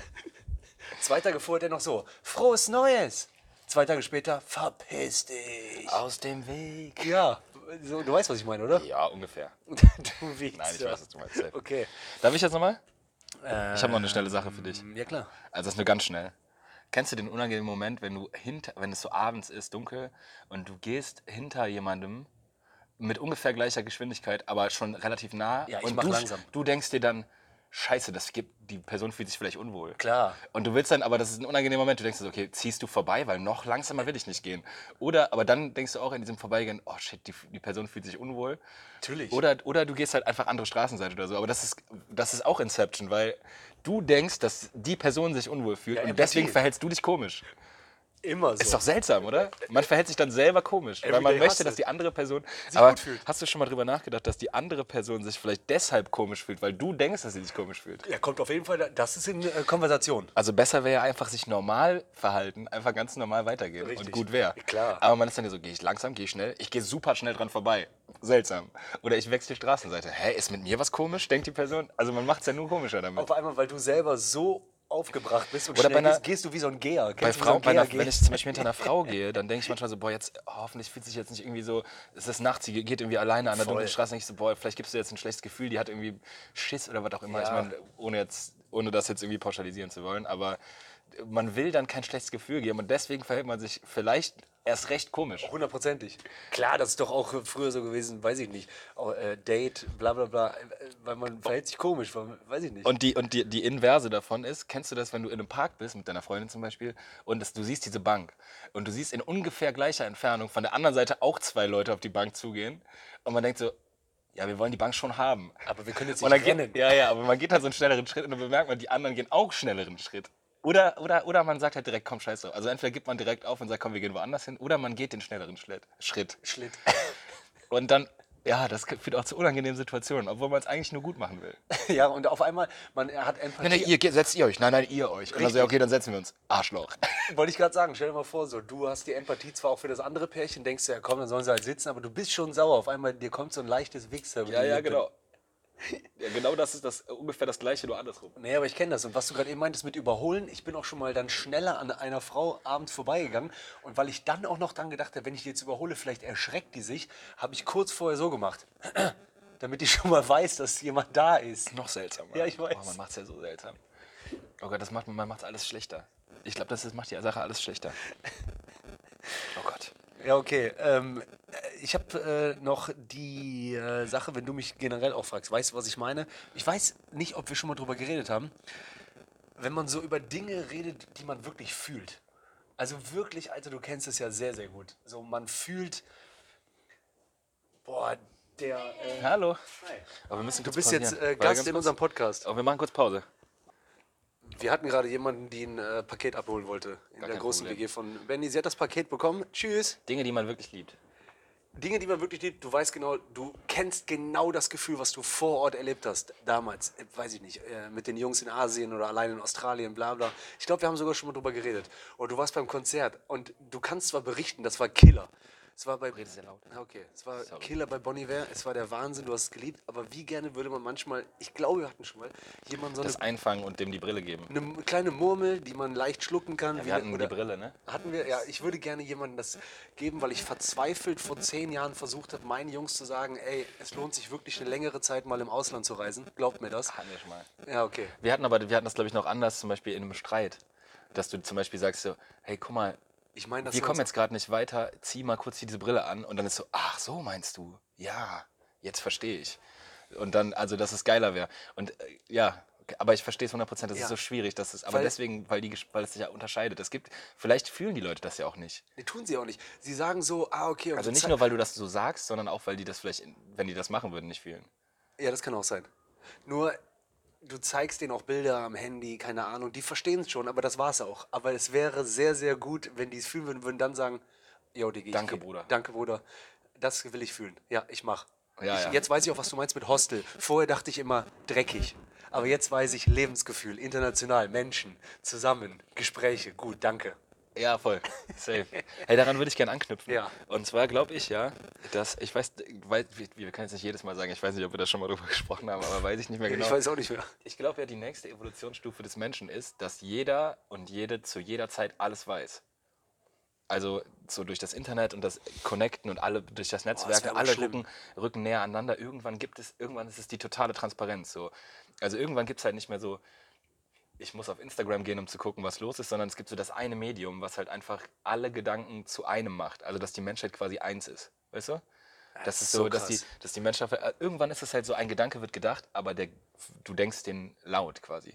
B: Zwei Tage vorher dennoch so, frohes Neues. Zwei Tage später, verpiss dich.
A: Aus dem Weg.
B: Ja, so, du weißt, was ich meine, oder?
A: Ja, ungefähr.
B: du Wichser.
A: Nein, ich weiß, was du meinst. Safe.
B: Okay.
A: Darf ich jetzt nochmal? Ich habe noch eine schnelle Sache für dich.
B: Ja, klar.
A: Also das ist nur ganz schnell. Kennst du den unangenehmen Moment, wenn du hinter, wenn es so abends ist, dunkel, und du gehst hinter jemandem mit ungefähr gleicher Geschwindigkeit, aber schon relativ nah.
B: Ja, ich
A: und
B: mach
A: du,
B: langsam.
A: du denkst dir dann, Scheiße, das gibt, die Person fühlt sich vielleicht unwohl.
B: Klar.
A: Und du willst dann, aber das ist ein unangenehmer Moment, du denkst dir so, okay, ziehst du vorbei, weil noch langsamer will ich nicht gehen. Oder, aber dann denkst du auch in diesem Vorbeigehen, oh shit, die, die Person fühlt sich unwohl.
B: Natürlich.
A: Oder, oder du gehst halt einfach andere Straßenseite oder so. Aber das ist, das ist auch Inception, weil du denkst, dass die Person sich unwohl fühlt
B: Ja,
A: und
B: Empathie.
A: deswegen verhältst du dich komisch.
B: Immer so.
A: Ist doch seltsam, oder? Man verhält sich dann selber komisch, weil man
B: Everyday
A: möchte,
B: hustle.
A: dass die andere Person aber
B: gut fühlt.
A: Hast du schon mal drüber nachgedacht, dass die andere Person sich vielleicht deshalb komisch fühlt, weil du denkst, dass sie sich komisch fühlt?
B: ja, kommt auf jeden Fall, da- das ist in äh, Konversation.
A: Also besser wäre ja einfach sich normal verhalten, einfach ganz normal weitergehen
B: Richtig.
A: und gut wäre.
B: Klar.
A: Aber man ist dann ja so, gehe ich langsam, gehe ich schnell, ich gehe super schnell dran vorbei. Seltsam. Oder ich wechsle die Straßenseite. Hä, ist mit mir was komisch, denkt die Person? Also man macht es ja nur komischer damit.
B: Auf einmal, weil du selber so aufgebracht bist und
A: Oder
B: schnell
A: bei einer-
B: gehst, gehst du wie so ein Geher.
A: bei
B: Kennst du, wie so
A: Frauen,
B: ein
A: bei einer,
B: Geher
A: wenn
B: geht?
A: ich zum Beispiel hinter einer Frau gehe, dann denke ich manchmal so, boah, jetzt oh, hoffentlich fühlt sich jetzt nicht irgendwie so, es ist nachts, sie geht irgendwie alleine an der
B: Voll.
A: dunklen Straße, denke ich so, boah, vielleicht gibst du jetzt ein schlechtes Gefühl, die hat irgendwie Schiss oder was auch immer. Ich
B: Ja.
A: meine, ohne jetzt, ohne das jetzt irgendwie pauschalisieren zu wollen, aber man will dann kein schlechtes Gefühl geben und deswegen verhält man sich vielleicht erst recht komisch.
B: Hundertprozentig. Klar, das ist doch auch früher so gewesen, weiß ich nicht. Auch, äh, Date, bla bla bla, äh, weil man verhält sich komisch, weil, weiß ich nicht.
A: Und, die, und die, die Inverse davon ist, kennst du das, wenn du in einem Park bist, mit deiner Freundin zum Beispiel, und das, du siehst diese Bank und du siehst in ungefähr gleicher Entfernung von der anderen Seite auch zwei Leute auf die Bank zugehen und man denkt so, ja, wir wollen die Bank schon haben.
B: aber wir können jetzt
A: Und
B: nicht
A: dann
B: rennen.
A: geht, ja, ja, aber man geht halt so einen schnelleren Schritt und dann bemerkt man, die anderen gehen auch schnelleren Schritt. Oder, oder, oder man sagt halt direkt, komm, scheiß drauf. Also entweder gibt man direkt auf und sagt, komm, wir gehen woanders hin, oder man geht den schnelleren Schritt. Schritt.
B: Schlitt.
A: Und dann, ja, das führt auch zu unangenehmen Situationen, obwohl man es eigentlich nur gut machen will.
B: ja, und auf einmal, man hat Empathie.
A: Nein, nein, ihr, geht- setzt ihr euch. Nein, nein, ihr euch. Und dann so, ja, okay, dann setzen wir uns. Arschloch.
B: Wollte ich gerade sagen, stell dir mal vor, so, du hast die Empathie zwar auch für das andere Pärchen, denkst du, ja komm, dann sollen sie halt sitzen, aber du bist schon sauer. Auf einmal, dir kommt so ein leichtes Wichser. über die
A: genau.
B: Lippe.
A: Ja, genau das ist das, ungefähr das Gleiche, nur andersrum.
B: Nee, aber ich kenne das. Und was du gerade eben meintest mit Überholen, ich bin auch schon mal dann schneller an einer Frau abends vorbeigegangen. Und weil ich dann auch noch dran gedacht habe, wenn ich die jetzt überhole, vielleicht erschreckt die sich, habe ich kurz vorher so gemacht. Damit die schon mal weiß, dass jemand da ist.
A: Noch seltsamer.
B: Ja, ich weiß.
A: Oh, man macht es ja so seltsam. Oh Gott, das macht, man macht alles schlechter. Ich glaube, das ist, macht die Sache alles schlechter. Oh Gott.
B: Ja, okay. Ähm, äh, ich habe äh, noch die äh, Sache, wenn du mich generell auch fragst, weißt du, was ich meine? Ich weiß nicht, ob wir schon mal drüber geredet haben. Wenn man so über Dinge redet, die man wirklich fühlt. Also wirklich, Alter, du kennst es ja sehr, sehr gut. So, man fühlt, boah, der... Äh,
A: Hallo. Aber wir müssen
B: du
A: kurz
B: bist jetzt
A: pausieren.
B: äh,
A: Warte,
B: Gast
A: ganz
B: in
A: kurz.
B: unserem Podcast.
A: Aber wir machen kurz Pause.
B: Wir hatten gerade jemanden, der ein äh, Paket abholen wollte. In der
A: kein
B: großen
A: Problem.
B: WG von Benny. Sie hat das Paket bekommen. Tschüss.
A: Dinge, die man wirklich liebt.
B: Dinge, die man wirklich liebt, du weißt genau, du kennst genau das Gefühl, was du vor Ort erlebt hast. Damals, äh, weiß ich nicht, äh, mit den Jungs in Asien oder allein in Australien, bla bla. Ich glaube, wir haben sogar schon mal drüber geredet. Oder du warst beim Konzert und du kannst zwar berichten, das war Killer. Es war bei.
A: Redest sehr laut.
B: Ah, Okay, es war Killer bei Bon Iver, es war der Wahnsinn, du hast es geliebt, aber wie gerne würde man manchmal, ich glaube, wir hatten schon mal, jemanden so eine,
A: Das Einfangen und dem die Brille geben.
B: eine kleine Murmel, die man leicht schlucken kann. wie
A: Wir
B: eine-
A: hatten die
B: oder-
A: Brille, ne?
B: hatten wir, ja, ich würde gerne jemandem das geben, weil ich verzweifelt vor zehn Jahren versucht habe, meinen Jungs zu sagen, ey, es lohnt sich wirklich eine längere Zeit mal im Ausland zu reisen. Glaubt mir das.
A: Hatten wir schon mal.
B: Ja, okay.
A: Wir hatten aber, wir hatten das, glaube ich, noch anders, zum Beispiel in einem Streit. Dass du zum Beispiel sagst so, hey, guck mal,
B: Ich meine, das
A: wir
B: sind
A: kommen
B: uns-
A: jetzt gerade nicht weiter, zieh mal kurz hier diese Brille an. Und dann ist so, ach, so meinst du? Ja, jetzt verstehe ich. Und dann, also, dass es geiler wäre. Und äh, ja, aber ich verstehe es 100%, das
B: Ja.
A: ist so schwierig. Das ist, aber
B: Weil-
A: deswegen, weil, die, ges- weil es sich ja unterscheidet. Es gibt, vielleicht fühlen die Leute das ja auch nicht.
B: Nee, tun sie auch nicht. Sie sagen so, ah, okay. Und
A: Also
B: die
A: nicht
B: Zeit-
A: nur, weil du das so sagst, sondern auch, weil die das vielleicht, in- wenn die das machen würden, nicht fühlen.
B: Ja, das kann auch sein. Nur, du zeigst denen auch Bilder am Handy, keine Ahnung. Die verstehen es schon, aber das war's auch. Aber es wäre sehr, sehr gut, wenn die es fühlen würden, würden dann sagen, yo, Digi, ich
A: Danke,
B: geh.
A: Bruder.
B: Danke, Bruder. Das will ich fühlen. Ja, ich mach.
A: Ja,
B: ich,
A: ja.
B: Jetzt weiß ich auch, was du meinst mit Hostel. Vorher dachte ich immer, dreckig. Aber jetzt weiß ich, Lebensgefühl, international, Menschen, zusammen, Gespräche. Gut, danke.
A: Ja, voll. Safe. Hey, daran würde ich gerne anknüpfen.
B: Ja.
A: Und zwar glaube ich ja, dass, ich weiß, weiß wir, wir können es nicht jedes Mal sagen, ich weiß nicht, ob wir da schon mal drüber gesprochen haben, aber weiß ich nicht mehr genau.
B: Ich weiß auch nicht mehr.
A: Ich glaube ja, die nächste Evolutionsstufe des Menschen ist, dass jeder und jede zu jeder Zeit alles weiß. Also so durch das Internet und das Connecten und alle durch das Netzwerk,
B: wär aber
A: alle
B: schlimm.
A: rücken, rücken näher aneinander. Irgendwann gibt es, irgendwann ist es die totale Transparenz. So. Also irgendwann gibt es halt nicht mehr so, ich muss auf Instagram gehen, um zu gucken, was los ist, sondern es gibt so das eine Medium, was halt einfach alle Gedanken zu einem macht. Also dass die Menschheit quasi eins ist. Weißt du? Das ist
B: so
A: so, dass, die,
B: krass.
A: dass die Menschheit. äh, Irgendwann ist es halt so, ein Gedanke wird gedacht, aber der, du denkst den laut quasi.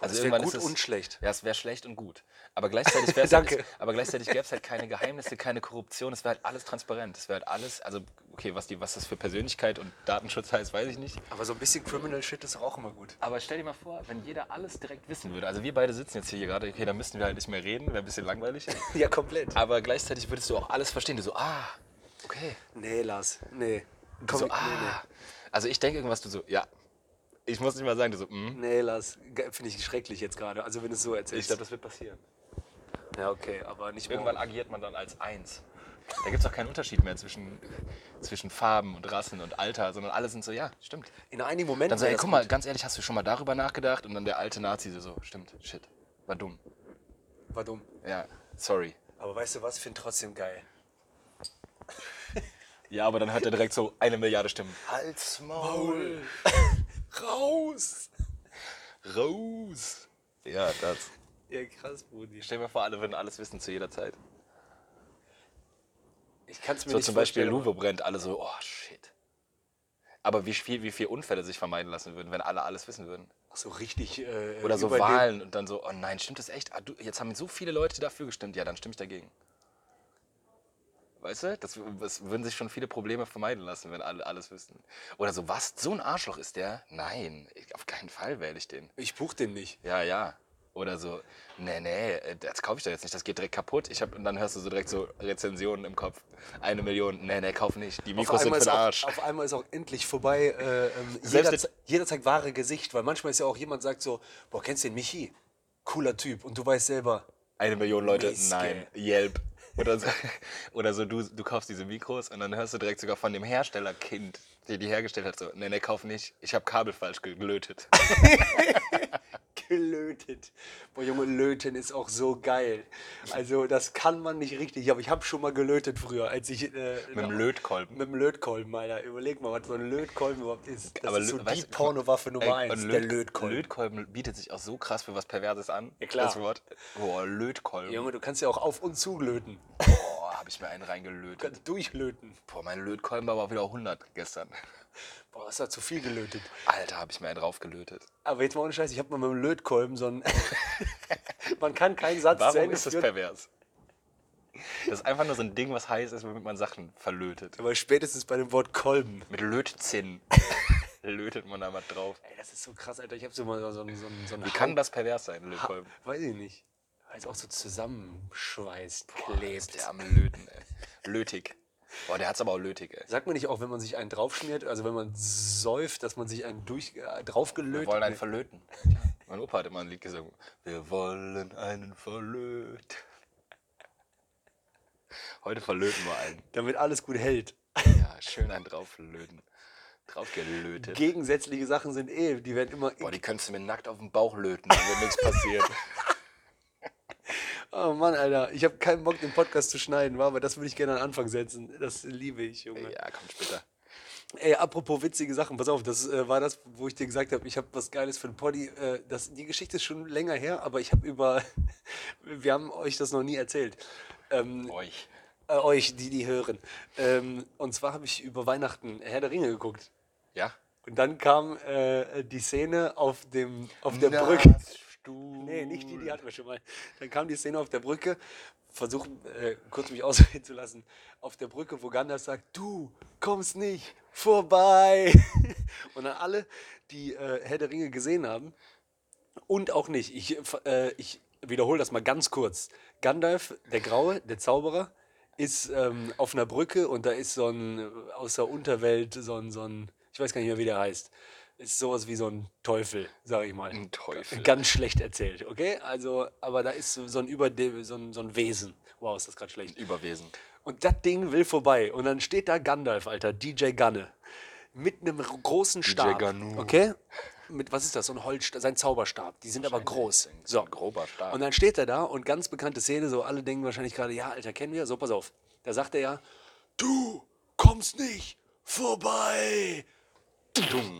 A: Also
B: wär
A: irgendwann
B: gut
A: ist es,
B: und schlecht.
A: Ja, es wäre schlecht und gut. Aber gleichzeitig, wär's
B: Danke.
A: Halt, aber gleichzeitig gäbe es halt keine Geheimnisse, keine Korruption. Es wäre halt alles transparent. Es wäre halt alles, also okay, was, die, was das für Persönlichkeit und Datenschutz heißt, weiß ich nicht.
B: Aber so ein bisschen Criminal Shit ist doch auch immer gut.
A: Aber stell dir mal vor, wenn jeder alles direkt wissen würde. Also wir beide sitzen jetzt hier gerade, okay, dann müssten wir halt nicht mehr reden, wäre ein bisschen langweilig.
B: Ja, komplett.
A: Aber gleichzeitig würdest du auch alles verstehen. Du so, ah, okay.
B: Nee, Lars. Nee.
A: Du
B: Komm,
A: so, ah. Also ich denke irgendwas, du so, ja. Ich muss nicht mal sagen, du so, mm.
B: nee, nee. Nee, Lars. Ge- Finde ich schrecklich jetzt gerade. Also, wenn du es so
A: Ich
B: erzählst.
A: glaube, das wird passieren.
B: ja, okay, aber nicht
A: Irgendwann
B: morgen.
A: agiert man dann als eins. Da gibt es auch keinen Unterschied mehr zwischen, zwischen Farben und Rassen und Alter, sondern alle sind so, ja, stimmt.
B: In einigen Momenten.
A: Dann so,
B: wär
A: ey,
B: das
A: guck mal, ganz ehrlich, hast du schon mal darüber nachgedacht? Und dann der alte Nazi so, so stimmt, shit, war dumm.
B: gut. War dumm.
A: Ja, sorry.
B: Aber weißt du was? Finde trotzdem geil.
A: Ja, aber dann hört er direkt so eine Milliarde Stimmen. Halt's Maul,
B: Raus!
A: raus. Ja, das.
B: Ja, krass, Brudi.
A: Stell mir vor, alle würden alles wissen zu jeder Zeit.
B: Ich kann es mir
A: So
B: nicht
A: zum Beispiel
B: vorstellen.
A: Louvre brennt, alle so, oh shit. Aber wie viel, wie viel Unfälle sich vermeiden lassen würden, wenn alle alles wissen würden.
B: Ach So richtig. Äh,
A: Oder so
B: über den-
A: Wahlen und dann so, oh nein, stimmt das echt? Ah, du, jetzt haben so viele Leute dafür gestimmt, ja, dann stimme ich dagegen. Weißt du, das, das würden sich schon viele Probleme vermeiden lassen, wenn alle alles wüssten. Oder so, was? So ein Arschloch ist der? Nein, ich, auf keinen Fall wähle ich den.
B: Ich buch den nicht.
A: Ja, ja. Oder so, nee, nee, äh, das kaufe ich doch jetzt nicht, das geht direkt kaputt. Ich hab, und dann hörst du so direkt so Rezensionen im Kopf. Eine Million, nee, nee, kauf nicht. Die Mikros sind für
B: ist
A: den
B: auch,
A: Arsch.
B: auf einmal ist auch endlich vorbei. Äh, ähm,
A: Selbst
B: jeder,
A: jetzt-
B: ze- jeder zeigt wahre Gesicht, weil manchmal ist ja auch jemand sagt so, boah, kennst du den Michi? Cooler Typ. Und du weißt selber,
A: Eine Million Leute,
B: Mist,
A: nein, Yelp. Oder so, oder so du, du kaufst diese Mikros und dann hörst du direkt sogar von dem Herstellerkind, der die hergestellt hat, so, nee, nee, kauf nicht, ich habe Kabel falsch gelötet.
B: gelötet. Boah, Junge, löten ist auch so geil. Also das kann man nicht richtig. Aber ich habe schon mal gelötet früher, als ich... Äh,
A: Mit dem Lötkolben.
B: Mit dem Lötkolben, Alter. Überleg mal, was so ein Lötkolben überhaupt ist. Das ist so
A: Lö- weißt
B: die
A: du, guck mal,
B: Pornowaffe Nummer
A: ey,
B: eins,
A: und
B: der
A: Löt-
B: Lötkolben.
A: Lötkolben bietet sich auch so krass für was Perverses an.
B: Ja, klar.
A: Das Wort. Boah, Lötkolben.
B: Junge, du kannst ja auch auf und zu löten. Du
A: Boah, habe ich mir einen reingelötet.
B: kannst durchlöten.
A: Boah, mein Lötkolben war aber wieder 100 gestern.
B: Boah, hast du zu viel gelötet.
A: Alter, habe ich mir einen draufgelötet.
B: Aber jetzt mal ohne Scheiß, ich habe mal mit dem Lötkolben so einen... man kann keinen Satz zu
A: Warum
B: Ende
A: ist das
B: führen.
A: pervers? Das ist einfach nur so ein Ding, was heiß ist, womit man Sachen verlötet.
B: Aber spätestens bei dem Wort Kolben.
A: Mit Lötzinn lötet man da was drauf.
B: Ey, das ist so krass, Alter. Ich habe so mal so, so, so, so einen
A: Wie kann das pervers sein,
B: Ha-
A: Lötkolben?
B: Weiß ich nicht. Weil es auch so zusammenschweißt,
A: Ist
B: klebt.
A: der am Löten, ey. Lötig. Boah, der hat's aber auch lötig, ey.
B: Sagt man nicht auch, wenn man sich einen draufschmiert, also wenn man säuft, dass man sich einen durch, äh,
A: Wir
B: draufgelötet
A: wollen einen
B: Nee.
A: verlöten. Mein Opa hat immer ein Lied gesungen. Wir wollen einen verlöten. Heute verlöten wir einen.
B: damit alles gut hält.
A: Ja, schön einen drauflöten. Draufgelötet.
B: Gegensätzliche Sachen sind eh, die werden immer.
A: Boah, die könntest du mir nackt auf den Bauch löten, dann wird nichts passieren.
B: Oh Mann, Alter, ich habe keinen Bock, den Podcast zu schneiden, war, aber das würde ich gerne an den Anfang setzen. Das liebe ich, Junge.
A: Ja, kommt später.
B: Ey, apropos witzige Sachen, pass auf, das äh, war das, wo ich dir gesagt habe, ich habe was Geiles für ein Poddy. Äh, das, die Geschichte ist schon länger her, aber ich habe über. Wir haben euch das noch nie erzählt. Ähm,
A: Euch.
B: äh, euch, die die hören. Ähm, und zwar habe ich über Weihnachten Herr der Ringe geguckt.
A: Ja?
B: Und dann kam äh, die Szene auf, dem, auf der
A: Na,
B: Brücke.
A: Stuhl.
B: Nee, nicht die, die hatten wir schon mal. Dann kam die Szene auf der Brücke, versuchen, äh, kurz mich ausreden zu lassen, auf der Brücke, wo Gandalf sagt, du kommst nicht vorbei. Und dann alle, die äh, Herr der Ringe gesehen haben und auch nicht, ich, äh, ich wiederhole das mal ganz kurz. Gandalf, der Graue, der Zauberer, ist ähm, auf einer Brücke und da ist so ein, äh, aus der Unterwelt, so ein, so ein, ich weiß gar nicht mehr, wie der heißt. Ist sowas wie so ein Teufel, sag ich mal.
A: Ein Teufel.
B: Ganz schlecht erzählt, okay? Also, aber da ist so so ein, Überde so ein, so ein Wesen. Wow, ist das gerade schlecht.
A: Überwesen.
B: Und das Ding will vorbei. Und dann steht da Gandalf, Alter, DJ Gunne. Mit einem r- großen Stab.
A: Gannu.
B: okay? Mit, was ist das? So ein Holz, sein Zauberstab. Die sind aber groß. So.
A: Ein grober Stab.
B: Und dann steht er da und ganz bekannte Szene, so alle denken wahrscheinlich gerade, ja, Alter, kennen wir. So, pass auf. Da sagt er ja, du kommst nicht vorbei.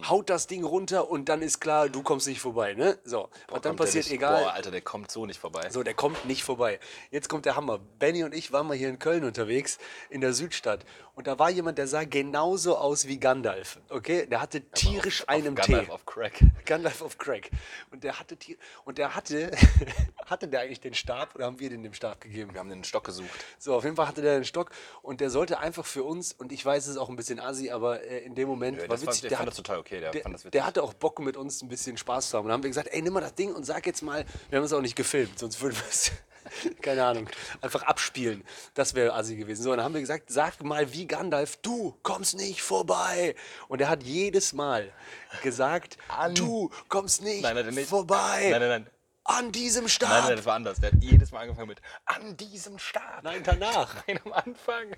B: haut das Ding runter und dann ist klar, du kommst nicht vorbei. Ne? So, was dann
A: Kommt der
B: passiert,
A: nicht-
B: egal.
A: Boah, Alter, der kommt so nicht vorbei.
B: So, der kommt nicht vorbei. Jetzt kommt der Hammer. Benny und ich waren mal hier in Köln unterwegs, in der Südstadt. Und da war jemand, der sah genauso aus wie Gandalf. Okay? Der hatte tierisch einen
A: Gandalf
B: Tee.
A: auf Crack.
B: Gandalf auf Crack. Und der hatte Tier und der hatte, hatte der eigentlich den Stab oder haben wir den dem Stab gegeben?
A: Wir haben den Stock gesucht.
B: So, auf jeden Fall hatte der den Stock und der sollte einfach für uns, und ich weiß, es ist auch ein bisschen assi, aber äh, in dem Moment
A: Nö,
B: war
A: das fand-
B: witzig.
A: der fand das total okay, der fand das witzig.
B: der hatte auch Bock, mit uns ein bisschen Spaß zu haben. Und dann haben wir gesagt, ey, nimm mal das Ding und sag jetzt mal, wir haben es auch nicht gefilmt, sonst würden wir es, keine Ahnung, einfach abspielen. Das wäre assi gewesen. So, und dann haben wir gesagt, sag mal wie Gandalf, du kommst nicht vorbei. Und er hat jedes Mal gesagt, du kommst nicht,
A: Nein, hat er nicht.
B: vorbei
A: Nein, nein, nein.
B: an diesem Stab.
A: Nein, nein, das war anders. Der hat jedes Mal angefangen mit an diesem Stab.
B: Nein, danach.
A: Nein, am Anfang.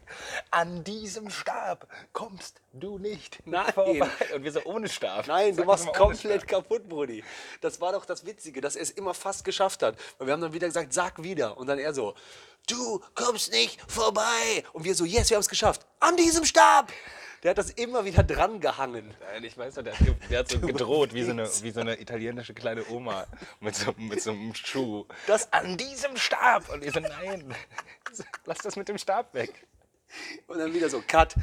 A: An diesem Stab kommst du nicht
B: Nein.
A: vorbei. Und wir so ohne Stab.
B: Nein, du
A: Sag
B: machst
A: mal ohne
B: komplett kaputt, Brudi. Das war doch das Witzige, dass er es immer fast geschafft hat. Weil wir haben dann wieder gesagt, sag wieder. Und dann er so, du kommst nicht vorbei. Und wir so, yes, wir haben es geschafft. An diesem Stab. Der hat das immer wieder dran gehangen.
A: Stab. Nein, ich weiß noch, der hat, ge der hat so gedroht, wie so, eine, wie so eine italienische kleine Oma mit so, mit so einem Schuh.
B: Das-
A: an diesem Stab. Und wir so, nein, lass das mit dem Stab weg.
B: Und dann wieder so, cut.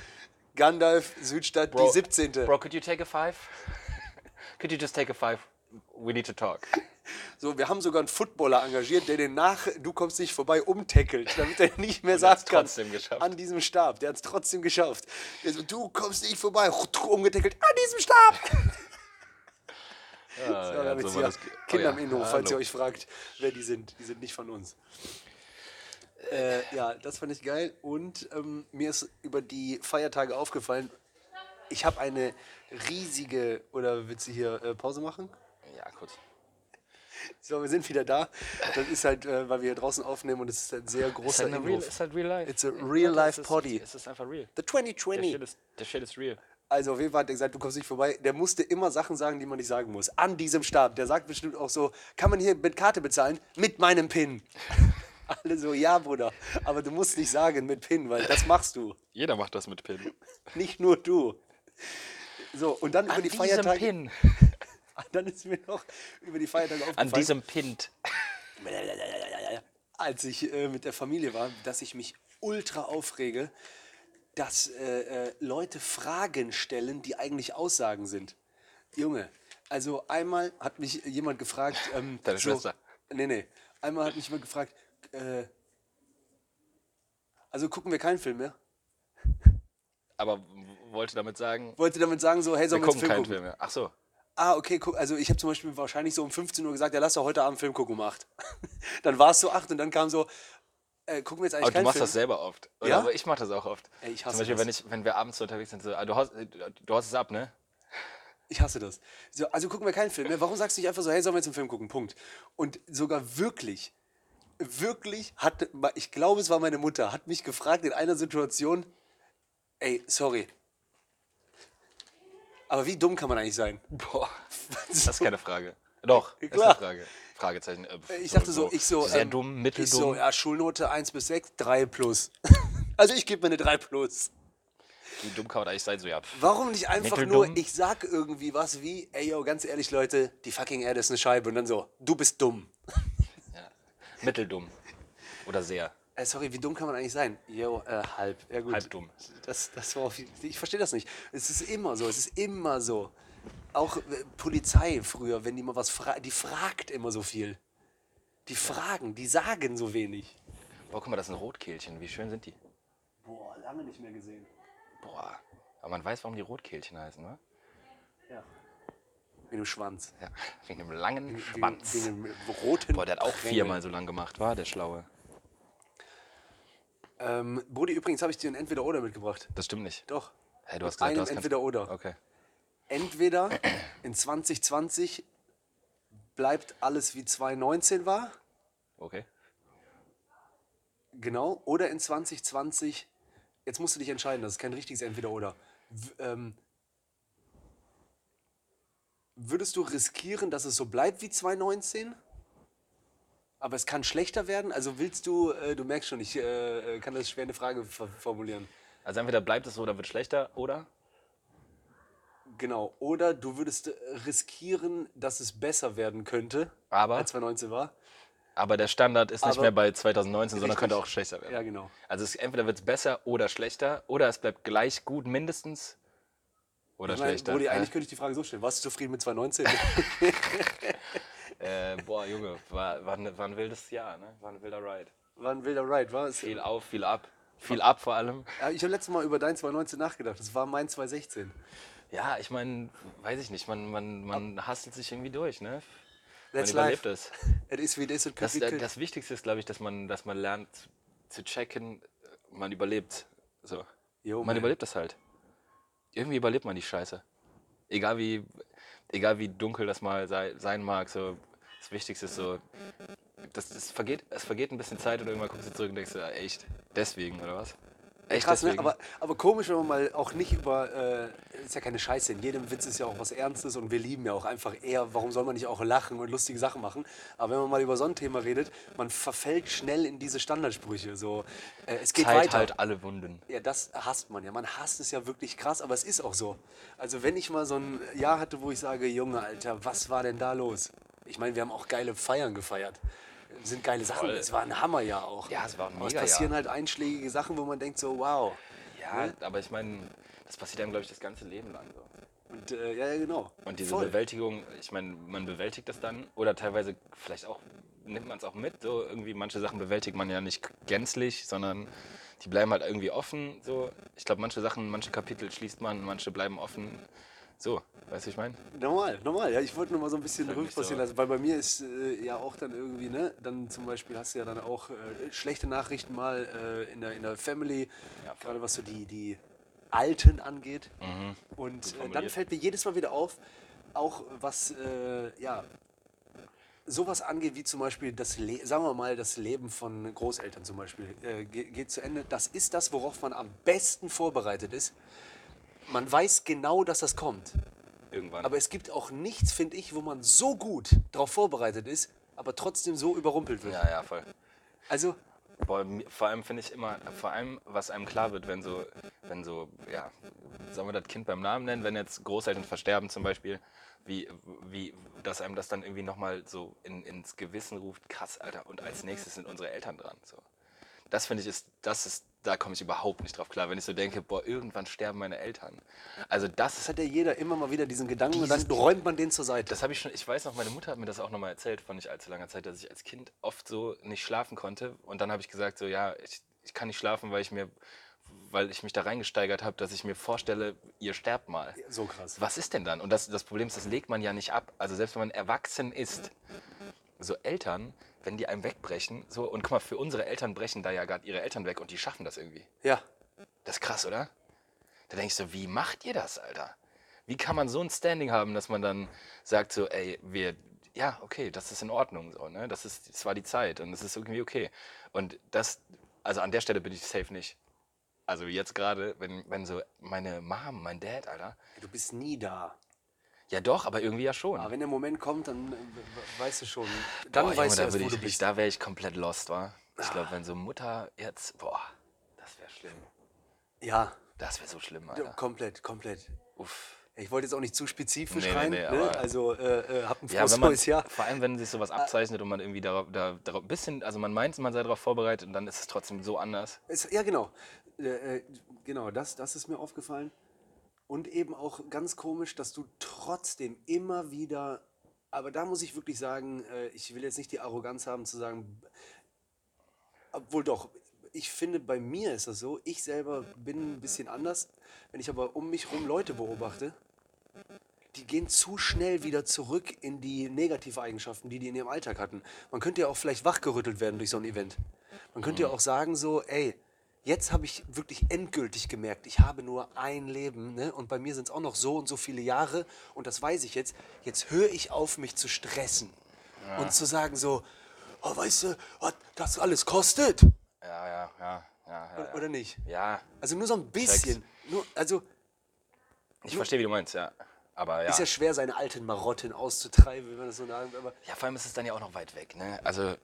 B: Gandalf, Südstadt, die 17.
A: Bro, could you take a five? Could you just take a five? We need to talk. Ah,
B: So, wir haben sogar einen Footballer engagiert, der den nach, du kommst nicht vorbei, umtackelt, damit er nicht mehr
A: der hat's
B: sagen kann.
A: trotzdem geschafft.
B: An diesem Stab, der hat es trotzdem geschafft. Der so, du kommst nicht vorbei, umgetackelt, an diesem Stab.
A: Ah,
B: Ja, wir haben jetzt hier Kinder im Innenhof, falls ihr
A: oh hallo.
B: euch fragt, wer die sind. Die sind nicht von uns. Äh, ja, das fand ich geil. Und ähm, mir ist über die Feiertage aufgefallen, ich habe eine riesige, oder willst du hier äh, Pause machen?
A: Ja, kurz.
B: So, wir sind wieder da. Das ist halt, äh, weil wir hier draußen aufnehmen und es ist ein sehr
A: Ist
B: großer
A: halt, eine real,
B: Innenhof.
A: ist halt real life.
B: It's a
A: Ja,
B: real
A: klar,
B: life
A: es ist-
B: potty.
A: Es ist einfach real.
B: The
A: Der Shit
B: 2020.
A: ist, der Shit ist real.
B: Also auf jeden Fall hat er gesagt, du kommst nicht vorbei. Der musste immer Sachen sagen, die man nicht sagen muss. An diesem Stab. Der sagt bestimmt auch so, kann man hier mit Karte bezahlen? Mit meinem PIN. Alle so, ja, Bruder. Aber du musst nicht sagen mit PIN, weil das machst du.
A: Jeder macht das mit Pin.
B: Nicht nur du. So, und dann über die Feiertage.
A: Pin.
B: Dann ist mir noch über die Feiertage aufgefallen.
A: An diesem Pint.
B: als ich äh, mit der Familie war, dass ich mich ultra aufrege, dass äh, äh, Leute Fragen stellen, die eigentlich Aussagen sind. Junge, also einmal hat mich jemand gefragt. Ähm,
A: Deine Schwester.
B: Nee, nee. Einmal hat mich jemand gefragt, äh, also gucken wir keinen Film mehr?
A: Aber w- wollte damit sagen,
B: Wollte damit sagen, so, hey,
A: wir
B: sollen wir,
A: gucken
B: jetzt Film
A: keinen
B: gucken?
A: Film mehr. Ach so.
B: Ah, okay, guck, also ich habe zum Beispiel wahrscheinlich so um 15 Uhr gesagt, ja, lass doch heute Abend Film gucken um 8. dann war es so 8 und dann kam so, äh, gucken wir jetzt eigentlich
A: Aber du
B: keinen
A: machst
B: Film?
A: das selber oft. Oder?
B: Ja?
A: Aber ich mach das auch oft.
B: Ey, ich hasse
A: Zum Beispiel,
B: das.
A: wenn, ich, wenn wir abends so unterwegs sind, so, ah, du, haust, äh, du haust es ab, ne?
B: Ich hasse das. So, also gucken wir keinen Film mehr. Warum sagst du nicht einfach so, hey, sollen wir jetzt einen Film gucken? Punkt. Und sogar wirklich, wirklich hat, ma- ich glaube, es war meine Mutter, hat mich gefragt in einer Situation, ey, sorry. Aber wie dumm kann man eigentlich sein?
A: Boah, das ist keine Frage. Doch, ist
B: Klar.
A: eine Frage. Fragezeichen. äh,
B: Ich dachte so, ich so.
A: Sehr
B: ähm,
A: dumm,
B: Ich so,
A: mitteldumm.
B: ja, Schulnote 1 bis 6, 3 plus. also ich gebe mir eine 3 plus.
A: Wie dumm kann man eigentlich sein? So, ja, pff.
B: Warum nicht einfach
A: Mitteldumm.
B: nur, ich sag irgendwie was wie, ey, yo, ganz ehrlich, Leute, die fucking Erde ist eine Scheibe. Und dann so, du bist dumm.
A: Ja. Mitteldumm. Oder sehr.
B: Äh, sorry, wie dumm kann man eigentlich sein? Jo, äh, halb. Ja, gut.
A: Halb dumm.
B: Das, das war auf, ich verstehe das nicht. Es ist immer so, es ist immer so. Auch äh, Polizei früher, wenn die mal was fragt, die fragt immer so viel. Die fragen, die sagen so wenig.
A: Boah, guck mal, das sind Rotkehlchen. Wie schön sind die?
B: Boah, lange nicht mehr gesehen.
A: Boah. Aber man weiß, warum die Rotkehlchen heißen, ne?
B: Ja. Mit dem Schwanz.
A: Ja, wegen dem langen
B: Wegen,
A: Schwanz.
B: wegen dem roten
A: Boah, der hat auch
B: Prängel.
A: viermal so lang gemacht, war der Schlaue.
B: Ähm, Brudi, übrigens habe ich dir ein Entweder-Oder mitgebracht.
A: Das stimmt nicht.
B: Doch.
A: Hey, du hast
B: Mit
A: gesagt,
B: einem
A: du hast kein-
B: Entweder-Oder.
A: Okay.
B: entweder in 2020 bleibt alles wie 2019 war,
A: Okay.
B: genau, oder in 2020, jetzt musst du dich entscheiden, das ist kein richtiges Entweder-Oder. W- Ähm, würdest du riskieren, dass es so bleibt wie 2019? Aber es kann schlechter werden? Also willst du, äh, du merkst schon, ich äh, äh, kann das schwer eine Frage ver- formulieren.
A: Also entweder bleibt es so oder wird schlechter, oder?
B: Genau. Oder du würdest riskieren, dass es besser werden könnte,
A: Aber?
B: als 2019 war.
A: Aber der Standard ist nicht
B: Aber-
A: mehr bei 2019, sondern
B: Richtig.
A: könnte auch schlechter werden.
B: Ja, genau.
A: Also es, entweder wird es besser oder schlechter, oder es bleibt gleich gut mindestens oder
B: Ich meine,
A: schlechter.
B: Brudi,
A: Ja.
B: eigentlich könnte ich die Frage so stellen. Warst du zufrieden mit 2019?
A: Äh, boah, Junge, war, war, ne- war ein wildes Jahr, ne? War ein wilder Ride.
B: war ein wilder Ride, war es?
A: Viel auf, viel ab. Viel ab vor allem.
B: Ja, Ich habe letztes Mal über dein 2019 nachgedacht. Das war mein 2016.
A: Ja, ich meine, weiß ich nicht, man, man, man hastelt sich irgendwie durch, ne?
B: That's
A: man überlebt
B: life.
A: es.
B: It is wie it is. It could
A: Das,
B: be
A: das,
B: good.
A: das Wichtigste ist, glaube ich, dass man, dass man lernt zu- zu checken, man überlebt. So.
B: Jo,
A: man
B: man.
A: überlebt das halt. Irgendwie überlebt man die Scheiße. Egal wie, egal wie dunkel das mal sei, sein mag, so das Wichtigste ist so, das, das vergeht, es vergeht ein bisschen Zeit und irgendwann guckst du zurück und denkst, ja, echt, deswegen oder was? Echt
B: Krass, ne?
A: deswegen?
B: aber, aber komisch, wenn man mal auch nicht über. Äh, ist ja keine Scheiße. In jedem Witz ist ja auch was Ernstes und wir lieben ja auch einfach eher. Warum soll man nicht auch lachen und lustige Sachen machen? Aber wenn man mal über so ein Thema redet, man verfällt schnell in diese Standardsprüche. So, äh, es geht
A: Zeit
B: weiter.
A: halt alle Wunden.
B: Ja, das hasst man ja. Man hasst es ja wirklich krass, aber es ist auch so. Also, wenn ich mal so ein Jahr hatte, wo ich sage, Junge, Alter, was war denn da los? Ich meine, wir haben auch geile Feiern gefeiert. Sind geile Sachen.
A: Voll.
B: Es war ein Hammerjahr auch.
A: Ja, es war ein
B: Aber es
A: Megajahr.
B: passieren halt einschlägige Sachen, wo man denkt so, wow.
A: Ja, aber ich meine, das passiert einem, glaube ich, das ganze Leben lang so.
B: Und äh, ja, ja, genau.
A: Und diese
B: Voll.
A: Bewältigung, ich meine, man bewältigt das dann oder teilweise vielleicht auch nimmt man es auch mit. So irgendwie manche Sachen bewältigt man ja nicht gänzlich, sondern die bleiben halt irgendwie offen. So, ich glaube, manche Sachen, manche Kapitel schließt man, manche bleiben offen. So, weißt du, ich meine?
B: Normal, normal. Ja, ich wollte nur mal so ein bisschen
A: Ist halt
B: Rück
A: nicht so.
B: passieren lassen, weil bei mir ist äh, ja auch dann irgendwie, ne, dann zum Beispiel hast du ja dann auch äh, schlechte Nachrichten mal äh, in, der, in der Family,
A: Ja, voll. Mhm.
B: gerade was so die, die Alten angeht. Und äh, dann
A: formuliert.
B: fällt mir jedes Mal wieder auf, auch was, äh, ja, sowas angeht, wie zum Beispiel das, Le sagen wir mal, das Leben von Großeltern zum Beispiel, äh, ge geht zu Ende. Das ist das, worauf man am besten vorbereitet ist. Man weiß genau, dass das kommt.
A: Irgendwann.
B: Aber es gibt auch nichts, finde ich, wo man so gut darauf vorbereitet ist, aber trotzdem so überrumpelt wird.
A: ja, ja, voll.
B: Also,
A: Boah, mir- vor allem finde ich immer, vor allem, was einem klar wird, wenn so, wenn so, ja, sagen wir das Kind beim Namen nennen, wenn jetzt Großeltern versterben zum Beispiel, wie, wie, dass einem das dann irgendwie nochmal so in, ins Gewissen ruft, krass, Alter, und als nächstes sind unsere Eltern dran. So. Das finde ich ist, das ist, da komme ich überhaupt nicht drauf klar, wenn ich so denke, boah, irgendwann sterben meine Eltern. Also das
B: das
A: ist
B: hat ja jeder immer mal wieder diesen Gedanken und dann
A: Dieses-
B: räumt man den zur Seite.
A: das habe ich schon, ich weiß noch, meine Mutter hat mir das auch nochmal erzählt vor nicht allzu langer Zeit, dass ich als Kind oft so nicht schlafen konnte. Und dann habe ich gesagt, so ja, ich, ich kann nicht schlafen, weil ich mir, weil ich mich da reingesteigert habe, dass ich mir vorstelle, ihr sterbt mal.
B: so krass.
A: Was ist denn dann? Und das, das Problem ist, das legt man ja nicht ab. Also selbst wenn man erwachsen ist, so Eltern, wenn die einem wegbrechen, so, und guck mal, für unsere Eltern brechen da ja gerade ihre Eltern weg und die schaffen das irgendwie.
B: Ja,
A: Das ist krass, oder? Da denkst du, wie macht ihr das, Alter? Wie kann man so ein Standing haben, dass man dann sagt so, ey, wir, ja, okay, das ist in Ordnung so, ne? Das ist, es war die Zeit und es ist irgendwie okay. Und das, also an der Stelle bin ich safe nicht. Also jetzt gerade, wenn, wenn so meine Mom, mein Dad, Alter.
B: du bist nie da.
A: Ja doch, aber irgendwie ja schon.
B: Aber wenn der Moment kommt, dann äh, we- we- weißt du schon.
A: Boah,
B: Ah, Dann
A: Junge,
B: weißt
A: da
B: du, erst,
A: würde
B: wo
A: ich,
B: du
A: ich-
B: bist. Ah.
A: Da wäre ich komplett lost, war. Ich glaube, wenn so Mutter jetzt, boah, das wäre schlimm.
B: Ja,
A: Das wäre so schlimm,
B: ja,
A: Alter.
B: komplett, komplett.
A: Uff.
B: Ich wollte jetzt auch nicht zu spezifisch
A: Nee, nee,
B: rein.
A: nee,
B: ne?
A: aber-
B: Also, äh, äh, hab ein
A: Ja,
B: frohes
A: wenn man,
B: neues Jahr.
A: vor allem, wenn sich
B: Ah.
A: sowas abzeichnet und man irgendwie darauf, da, darauf ein bisschen, also man meint, man sei darauf vorbereitet und dann ist es trotzdem so anders.
B: Es, ja, genau. Äh, äh, genau, das, das ist mir aufgefallen. Und eben auch ganz komisch, dass du trotzdem immer wieder, aber da muss ich wirklich sagen, äh, ich will jetzt nicht die Arroganz haben zu sagen, obwohl doch, ich finde, bei mir ist das so, ich selber bin ein bisschen anders. Wenn ich aber um mich rum Leute beobachte, die gehen zu schnell wieder zurück in die Negativeigenschaften, die die in ihrem Alltag hatten. Man könnte ja auch vielleicht wachgerüttelt werden durch so ein Event. Man könnte ja auch sagen so, ey, jetzt habe ich wirklich endgültig gemerkt, ich habe nur ein Leben ne? und bei mir sind es auch noch so und so viele Jahre und das weiß ich jetzt. Jetzt höre ich auf, mich zu stressen und zu sagen so, oh, weißt du, was das alles kostet
A: Ja, ja, ja, ja. ja, ja.
B: oder nicht.
A: ja
B: Also nur so ein bisschen. Nur, also
A: ich verstehe, wie du meinst, ja. Aber ja.
B: Hm. Ist ja schwer, seine alten Marotten auszutreiben, wenn man das so sagen will, aber
A: Ja, vor allem ist es dann ja auch noch weit weg. Ne? Also,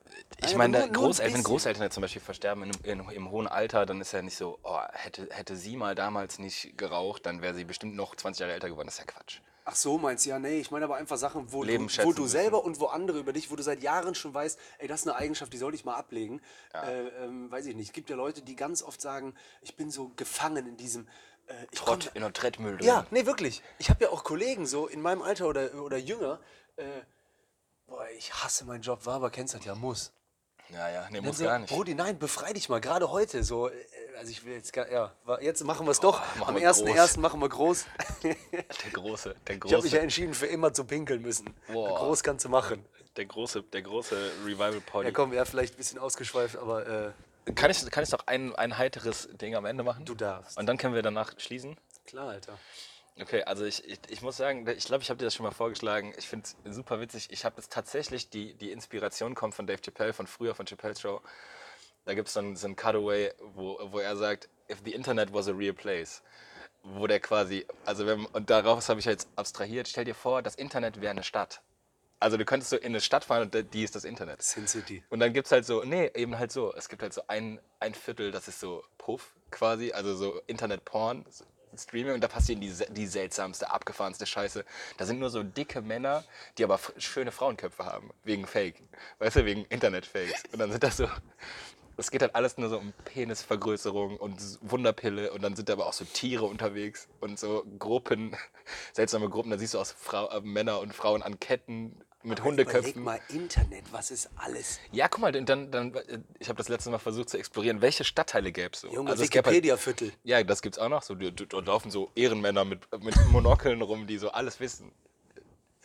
A: ich
B: Ja,
A: meine,
B: nur-
A: da-
B: nur ein
A: Großeltern, wenn
B: bisschen.
A: Großeltern jetzt zum Beispiel versterben in, einem- in, im hohen Alter, dann ist ja nicht so, oh, hätte, hätte sie mal damals nicht geraucht, dann wäre sie bestimmt noch 20 Jahre älter geworden. Das ist ja Quatsch.
B: Ach so, meinst du? Ja, nee, ich meine aber einfach Sachen, wo,
A: Leben
B: du,
A: schätzen
B: wo du
A: müssen.
B: selber und wo andere über dich, wo du seit Jahren schon weißt, ey, das ist eine Eigenschaft, die sollte ich mal ablegen. Äh, ähm, weiß ich nicht. Es gibt ja Leute, die ganz oft sagen, ich bin so gefangen in diesem. Äh, ich
A: Trott
B: komm-
A: in der Trettmühle drin.
B: ja, nee, wirklich. Ich habe ja auch Kollegen so in meinem Alter oder, oder jünger. Äh, boah, ich hasse meinen Job, war aber kennst das ja, muss.
A: Ja, ja, nee,
B: Dann
A: muss
B: so,
A: gar nicht.
B: Brudi, nein, befrei dich mal, gerade heute. So, äh, also ich will jetzt gar, ja, wa- jetzt machen wir es doch.
A: machen
B: Am
A: wir groß.
B: 1.1. machen wir groß.
A: Der große, der
B: Ich habe mich ja
A: große,
B: entschieden, für immer zu pinkeln müssen.
A: Boah.
B: Groß kannst du machen.
A: der große, der große Revival
B: Ja,
A: Party.
B: komm, ja, vielleicht ein bisschen ausgeschweift, aber äh,
A: kann, ich, kann ich noch ein, ein heiteres Ding am Ende machen?
B: Du darfst.
A: Und dann können wir danach schließen?
B: klar, Alter.
A: Okay, also ich, ich, ich muss sagen, ich glaube, ich habe dir das schon mal vorgeschlagen. Ich finde es super witzig. Ich habe das tatsächlich, die, die Inspiration kommt von Dave Chappelle, von früher, von Chappelle's Show. Da gibt es dann so ein Cutaway, wo, wo er sagt, if the Internet was a real place. Wo der quasi, also wenn, und darauf habe ich jetzt abstrahiert, stell dir vor, das Internet wäre eine Stadt. Also du könntest so in eine Stadt fahren und da- die ist das Internet.
B: Sin City.
A: Und dann gibt es halt so, nee, eben halt so. Es gibt halt so ein, ein Viertel, das ist so Puff quasi, also so Internet-Porn, so Streaming. Und da passiert die, se- die seltsamste, abgefahrenste Scheiße. Da sind nur so dicke Männer, die aber f- schöne Frauenköpfe haben, wegen Fake. Weißt du, wegen Internet-Fakes. Und dann sind das so. Es geht halt alles nur so um Penisvergrößerung und S- Wunderpille und dann sind da aber auch so Tiere unterwegs und so Gruppen, seltsame Gruppen. Da siehst du auch so Frau, äh, Männer und Frauen an Ketten mit
B: Überleg
A: Hundeköpfen.
B: mal, Internet, was ist alles?
A: Ja, guck mal, dann, dann, äh, ich habe das letzte Mal versucht zu explorieren, welche Stadtteile gäbe es so?
B: Junge,
A: es gäb halt,
B: Wikipedia-Viertel.
A: ja, das gibt's auch noch. So, die- die- dort laufen so Ehrenmänner mit, mit Monokeln rum, die so alles wissen.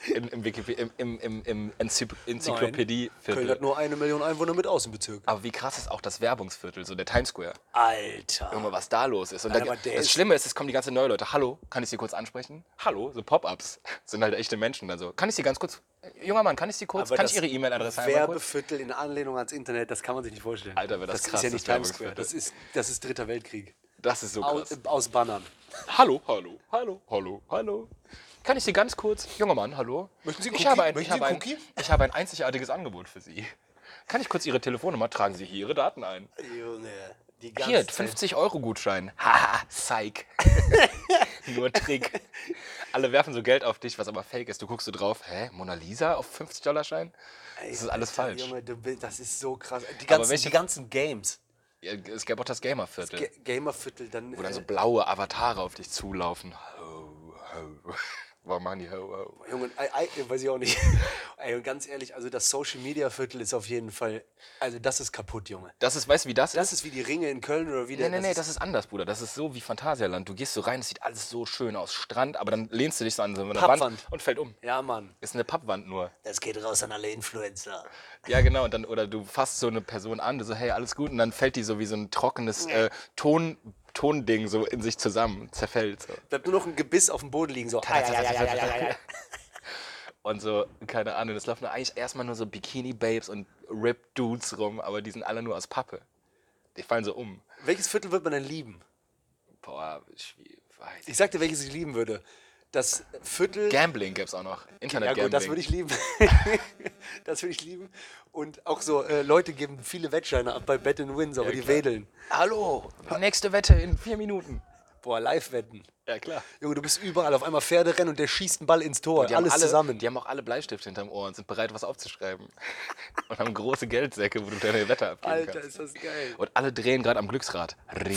A: In, im Wikipedia, im, im, im, im Enzykl- Enzyklopädie.
B: Köln hat nur eine Million Einwohner mit Außenbezirk.
A: Aber wie krass ist auch das Werbungsviertel, so der Times Square.
B: Alter.
A: Junge, was da los ist. Und
B: Alter,
A: dann,
B: aber der
A: das
B: ist-
A: Schlimme ist, es kommen die ganzen neue Leute. Hallo, kann ich Sie kurz ansprechen? Hallo, so Pop-ups. Sind halt echte Menschen. Also, kann ich Sie ganz kurz, junger Mann, kann ich Sie kurz,
B: Aber
A: kann
B: das
A: ich Ihre E-Mail-Adresse einmal kurz?
B: Werbeviertel in Anlehnung ans Internet, das kann man sich nicht vorstellen.
A: Alter, wär das
B: das
A: krass,
B: ist ja
A: das
B: nicht Times Square.
A: Werbeviertel.
B: Das ist, das ist dritter Weltkrieg.
A: Das ist so krass.
B: Aus, äh, aus Bannern.
A: Hallo, hallo, hallo, hallo, hallo. Kann ich Sie ganz kurz, junger Mann, hallo?
B: Möchten Sie einen
A: ich
B: Cookie?
A: habe ein, ich
B: Möchten Sie
A: habe
B: einen
A: ein,
B: Cookie?
A: ich habe ein einzigartiges Angebot für Sie. Kann ich kurz Ihre Telefonnummer? Tragen Sie hier Ihre Daten ein.
B: Junge, die ganze
A: Hier, 50 Euro Gutschein. Haha, psych. Nur Trick. Alle werfen so Geld auf dich, was aber fake ist. Du guckst so drauf, hä, Mona Lisa auf 50-Dollar-Schein? Das ist alles falsch.
B: Junge, du, bist- das ist so krass. Die ganzen,
A: welche-
B: die ganzen Games.
A: Ja, Es gäbe auch das Gamer-Viertel.
B: Ga- Gamerviertel, dann.
A: Wo dann so
B: äh,
A: blaue Avatare auf dich zulaufen. Ho, ho. Warum machen die ho, ho?
B: äh, Junge, ei, ei, weiß ich auch nicht. Ey, und ganz ehrlich, also das Social Media Viertel ist auf jeden Fall. Also das ist kaputt, Junge.
A: Das ist, weißt du, wie das ist?
B: Das ist wie die Ringe in Köln oder wie
A: Nee,
B: der.
A: nee, nee, das ist anders, Bruder. Das ist so wie Phantasialand. Du gehst so rein, es sieht alles so schön aus. Strand, aber dann lehnst du dich so an so eine Wand
B: Pappwand.
A: und fällt um.
B: ja, Mann.
A: Ist eine Pappwand nur.
B: Das geht raus an alle Influencer.
A: Ja, genau. Und dann, oder du fasst so eine Person an, du so, hey, alles gut. Und dann fällt die so wie so ein trockenes äh, Ton, Tonding so in sich zusammen, zerfällt. So.
B: Bleibt nur noch ein Gebiss auf dem Boden liegen, so. Ei, ei, ei, ei, ei, ei, ei.
A: Und so, keine Ahnung, es laufen eigentlich erstmal nur so Bikini-Babes und Rip-Dudes rum, aber die sind alle nur aus Pappe. Die fallen so um.
B: Welches Viertel wird man denn lieben?
A: Boah, ich weiß.
B: Ich sag dir, welches ich lieben würde. Das Viertel.
A: Gambling gibt's auch noch.
B: Ja
A: Internet-Gambling.
B: gut, das würde ich lieben. das würde ich lieben. Und auch so, äh, Leute geben viele Wettscheine ab bei Bet and Wins, aber die
A: klar.
B: wedeln.
A: Hallo, nächste Wette in vier Minuten.
B: Boah, Live-Wetten.
A: Ja, klar.
B: Junge, du bist überall auf einmal Pferderennen und der schießt einen Ball ins Tor.
A: Die
B: Alles
A: haben alle,
B: zusammen.
A: Die haben auch alle Bleistifte hinterm Ohr und sind bereit, was aufzuschreiben. und haben große Geldsäcke, wo du deine Wette abgeben
B: Alter,
A: kannst.
B: ist das geil.
A: Und alle drehen gerade am Glücksrad. Ring.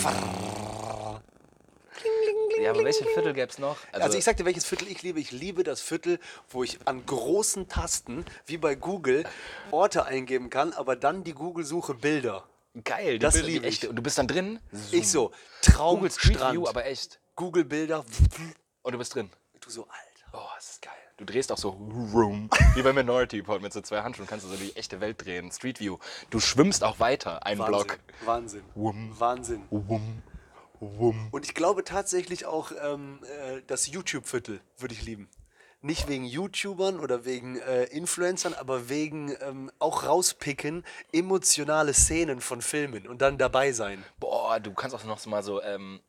A: Ja, aber welche Viertel gäbe es noch? Also,
B: Also ich sag dir, welches Viertel ich liebe. Ich liebe das Viertel, wo ich an großen Tasten, wie bei Google, Orte eingeben kann, aber dann die Google-Suche Bilder.
A: geil, die
B: das
A: Bilder, die
B: lieb ich.
A: echte. Und du bist dann drin?
B: Ich so,
A: Google Street View,
B: Traumstrand,
A: aber echt.
B: Google-Bilder.
A: Und du bist drin.
B: Du so, Alter.
A: Oh, das ist geil. Du drehst auch so room, wie bei Minority Report mit so zwei Handschuhen kannst du so die echte Welt drehen. Street View. Du schwimmst auch weiter, einen Block.
B: Wahnsinn. Wahnsinn.
A: Wum.
B: Wahnsinn.
A: Wum, wum.
B: Und ich glaube tatsächlich auch ähm, äh, das YouTube-Viertel würde ich lieben. Nicht wegen YouTubern oder wegen äh, Influencern, aber wegen ähm, auch rauspicken emotionale Szenen von Filmen und dann dabei sein.
A: Boah, du kannst auch noch so mal so ähm,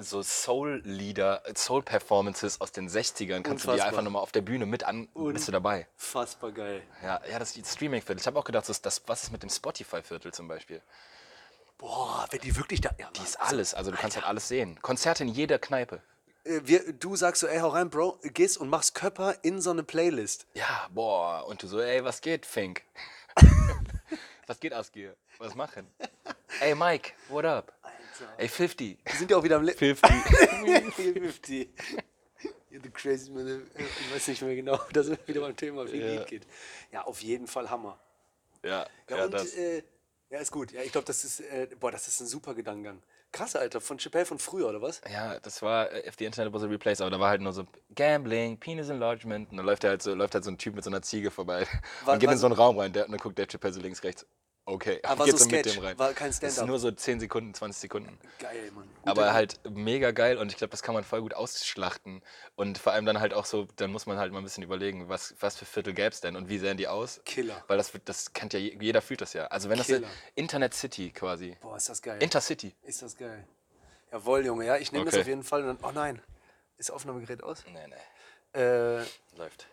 A: so Soul-Lieder, Soul-Performances aus den 60ern, kannst du dir
B: Unfassbar.
A: einfach nochmal auf der Bühne mit an, bist du dabei.
B: Fassbar geil.
A: Ja, ja das Streaming-Viertel. Ich habe auch gedacht, das, das, was ist mit dem Spotify-Viertel zum Beispiel?
B: Boah, wenn die wirklich da. Ja,
A: Die ist alles, also du kannst halt alles sehen. Konzerte in jeder Kneipe.
B: äh, wir, du sagst so, ey, hau rein, Bro, gehst und machst Körper in so eine Playlist.
A: Ja, boah. Und du so, ey, was geht, Fink? was geht, Askir? Was machen? Ey, Mike, what up? Ey, 50.
B: Die sind ja auch wieder am Leben.
A: 50.
B: 50. You're the crazy man. äh, Ich weiß nicht mehr genau, da sind wir wieder beim Thema, wie
A: Ja.
B: Lied geht. Ja, auf jeden Fall Hammer.
A: ja,
B: Ja,
A: ja,
B: und,
A: das.
B: Äh, ja, ist gut. Ja, ich glaube, das ist, äh, boah, das ist ein super Gedankengang. Krass, Alter, von Chappelle von früher, oder was?
A: Ja, das war äh, if the Internet was a replace, aber da war halt nur so Gambling, Penis Enlargement und dann läuft, der halt so, läuft halt so ein Typ mit so einer Ziege vorbei
B: War-
A: und geht
B: war
A: in so einen Raum rein der, und dann guckt der Chappelle so links, rechts. Okay,
B: Ah, war
A: geht
B: so
A: mit
B: Sketch,
A: dem rein.
B: war kein
A: Das ist
B: Stand-up.
A: nur so 10 Sekunden, 20 Sekunden.
B: Geil, Mann. Guter
A: Aber
B: Gedanke.
A: halt mega geil und ich glaube, das kann man voll gut ausschlachten. Und vor allem dann halt auch so, dann muss man halt mal ein bisschen überlegen, was, was für Viertel gäbe es denn und wie sehen die aus?
B: Killer.
A: Weil das, wird- das kennt ja, je- jeder fühlt das ja. Also wenn das
B: Killer.
A: Internet City quasi.
B: Boah, ist das geil.
A: Intercity.
B: ist das geil. Jawohl, Junge, ja, ich nehme das
A: Okay.
B: auf jeden Fall. Und dann, oh nein, ist Aufnahmegerät aus?
A: Nee, nee,
B: Äh,
A: läuft.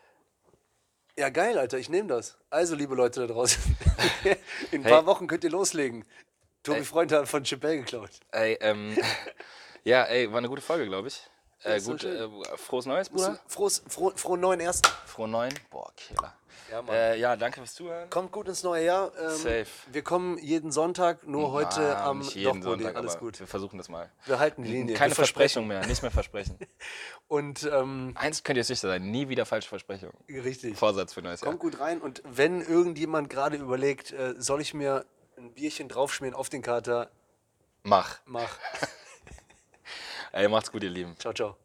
B: ja, geil, Alter, ich nehme das. Also, liebe Leute da draußen, in ein paar Wochen könnt ihr loslegen. Tobi Freund hat von Chappelle geklaut.
A: Ey, ähm, ja, ey, war eine gute Folge, glaube ich. Äh,
B: ist doch
A: gut, äh, frohes Neues, Bruder.
B: Frohes, froh, frohen neuen ersten.
A: Frohe neuen. Boah, Killer.
B: Ja, Mann.
A: äh, ja, danke fürs Zuhören.
B: Kommt gut ins neue Jahr. Ähm,
A: Safe.
B: Wir kommen jeden Sonntag, nur heute
A: Ah,
B: am
A: nicht jeden
B: Bruder,
A: Sonntag,
B: alles
A: aber
B: gut.
A: Wir versuchen das mal.
B: Wir halten die Linie.
A: Keine
B: wir versprechen.
A: Versprechung mehr, nicht mehr Versprechen.
B: Und ähm,
A: Eins könnt ihr sicher sein, nie wieder falsche Versprechung.
B: richtig.
A: Vorsatz für neues Jahr.
B: Kommt gut rein und wenn irgendjemand gerade überlegt, äh, soll ich mir ein Bierchen draufschmieren auf den Kater,
A: Mach.
B: mach.
A: Ey, macht's gut, ihr Lieben.
B: Ciao, ciao.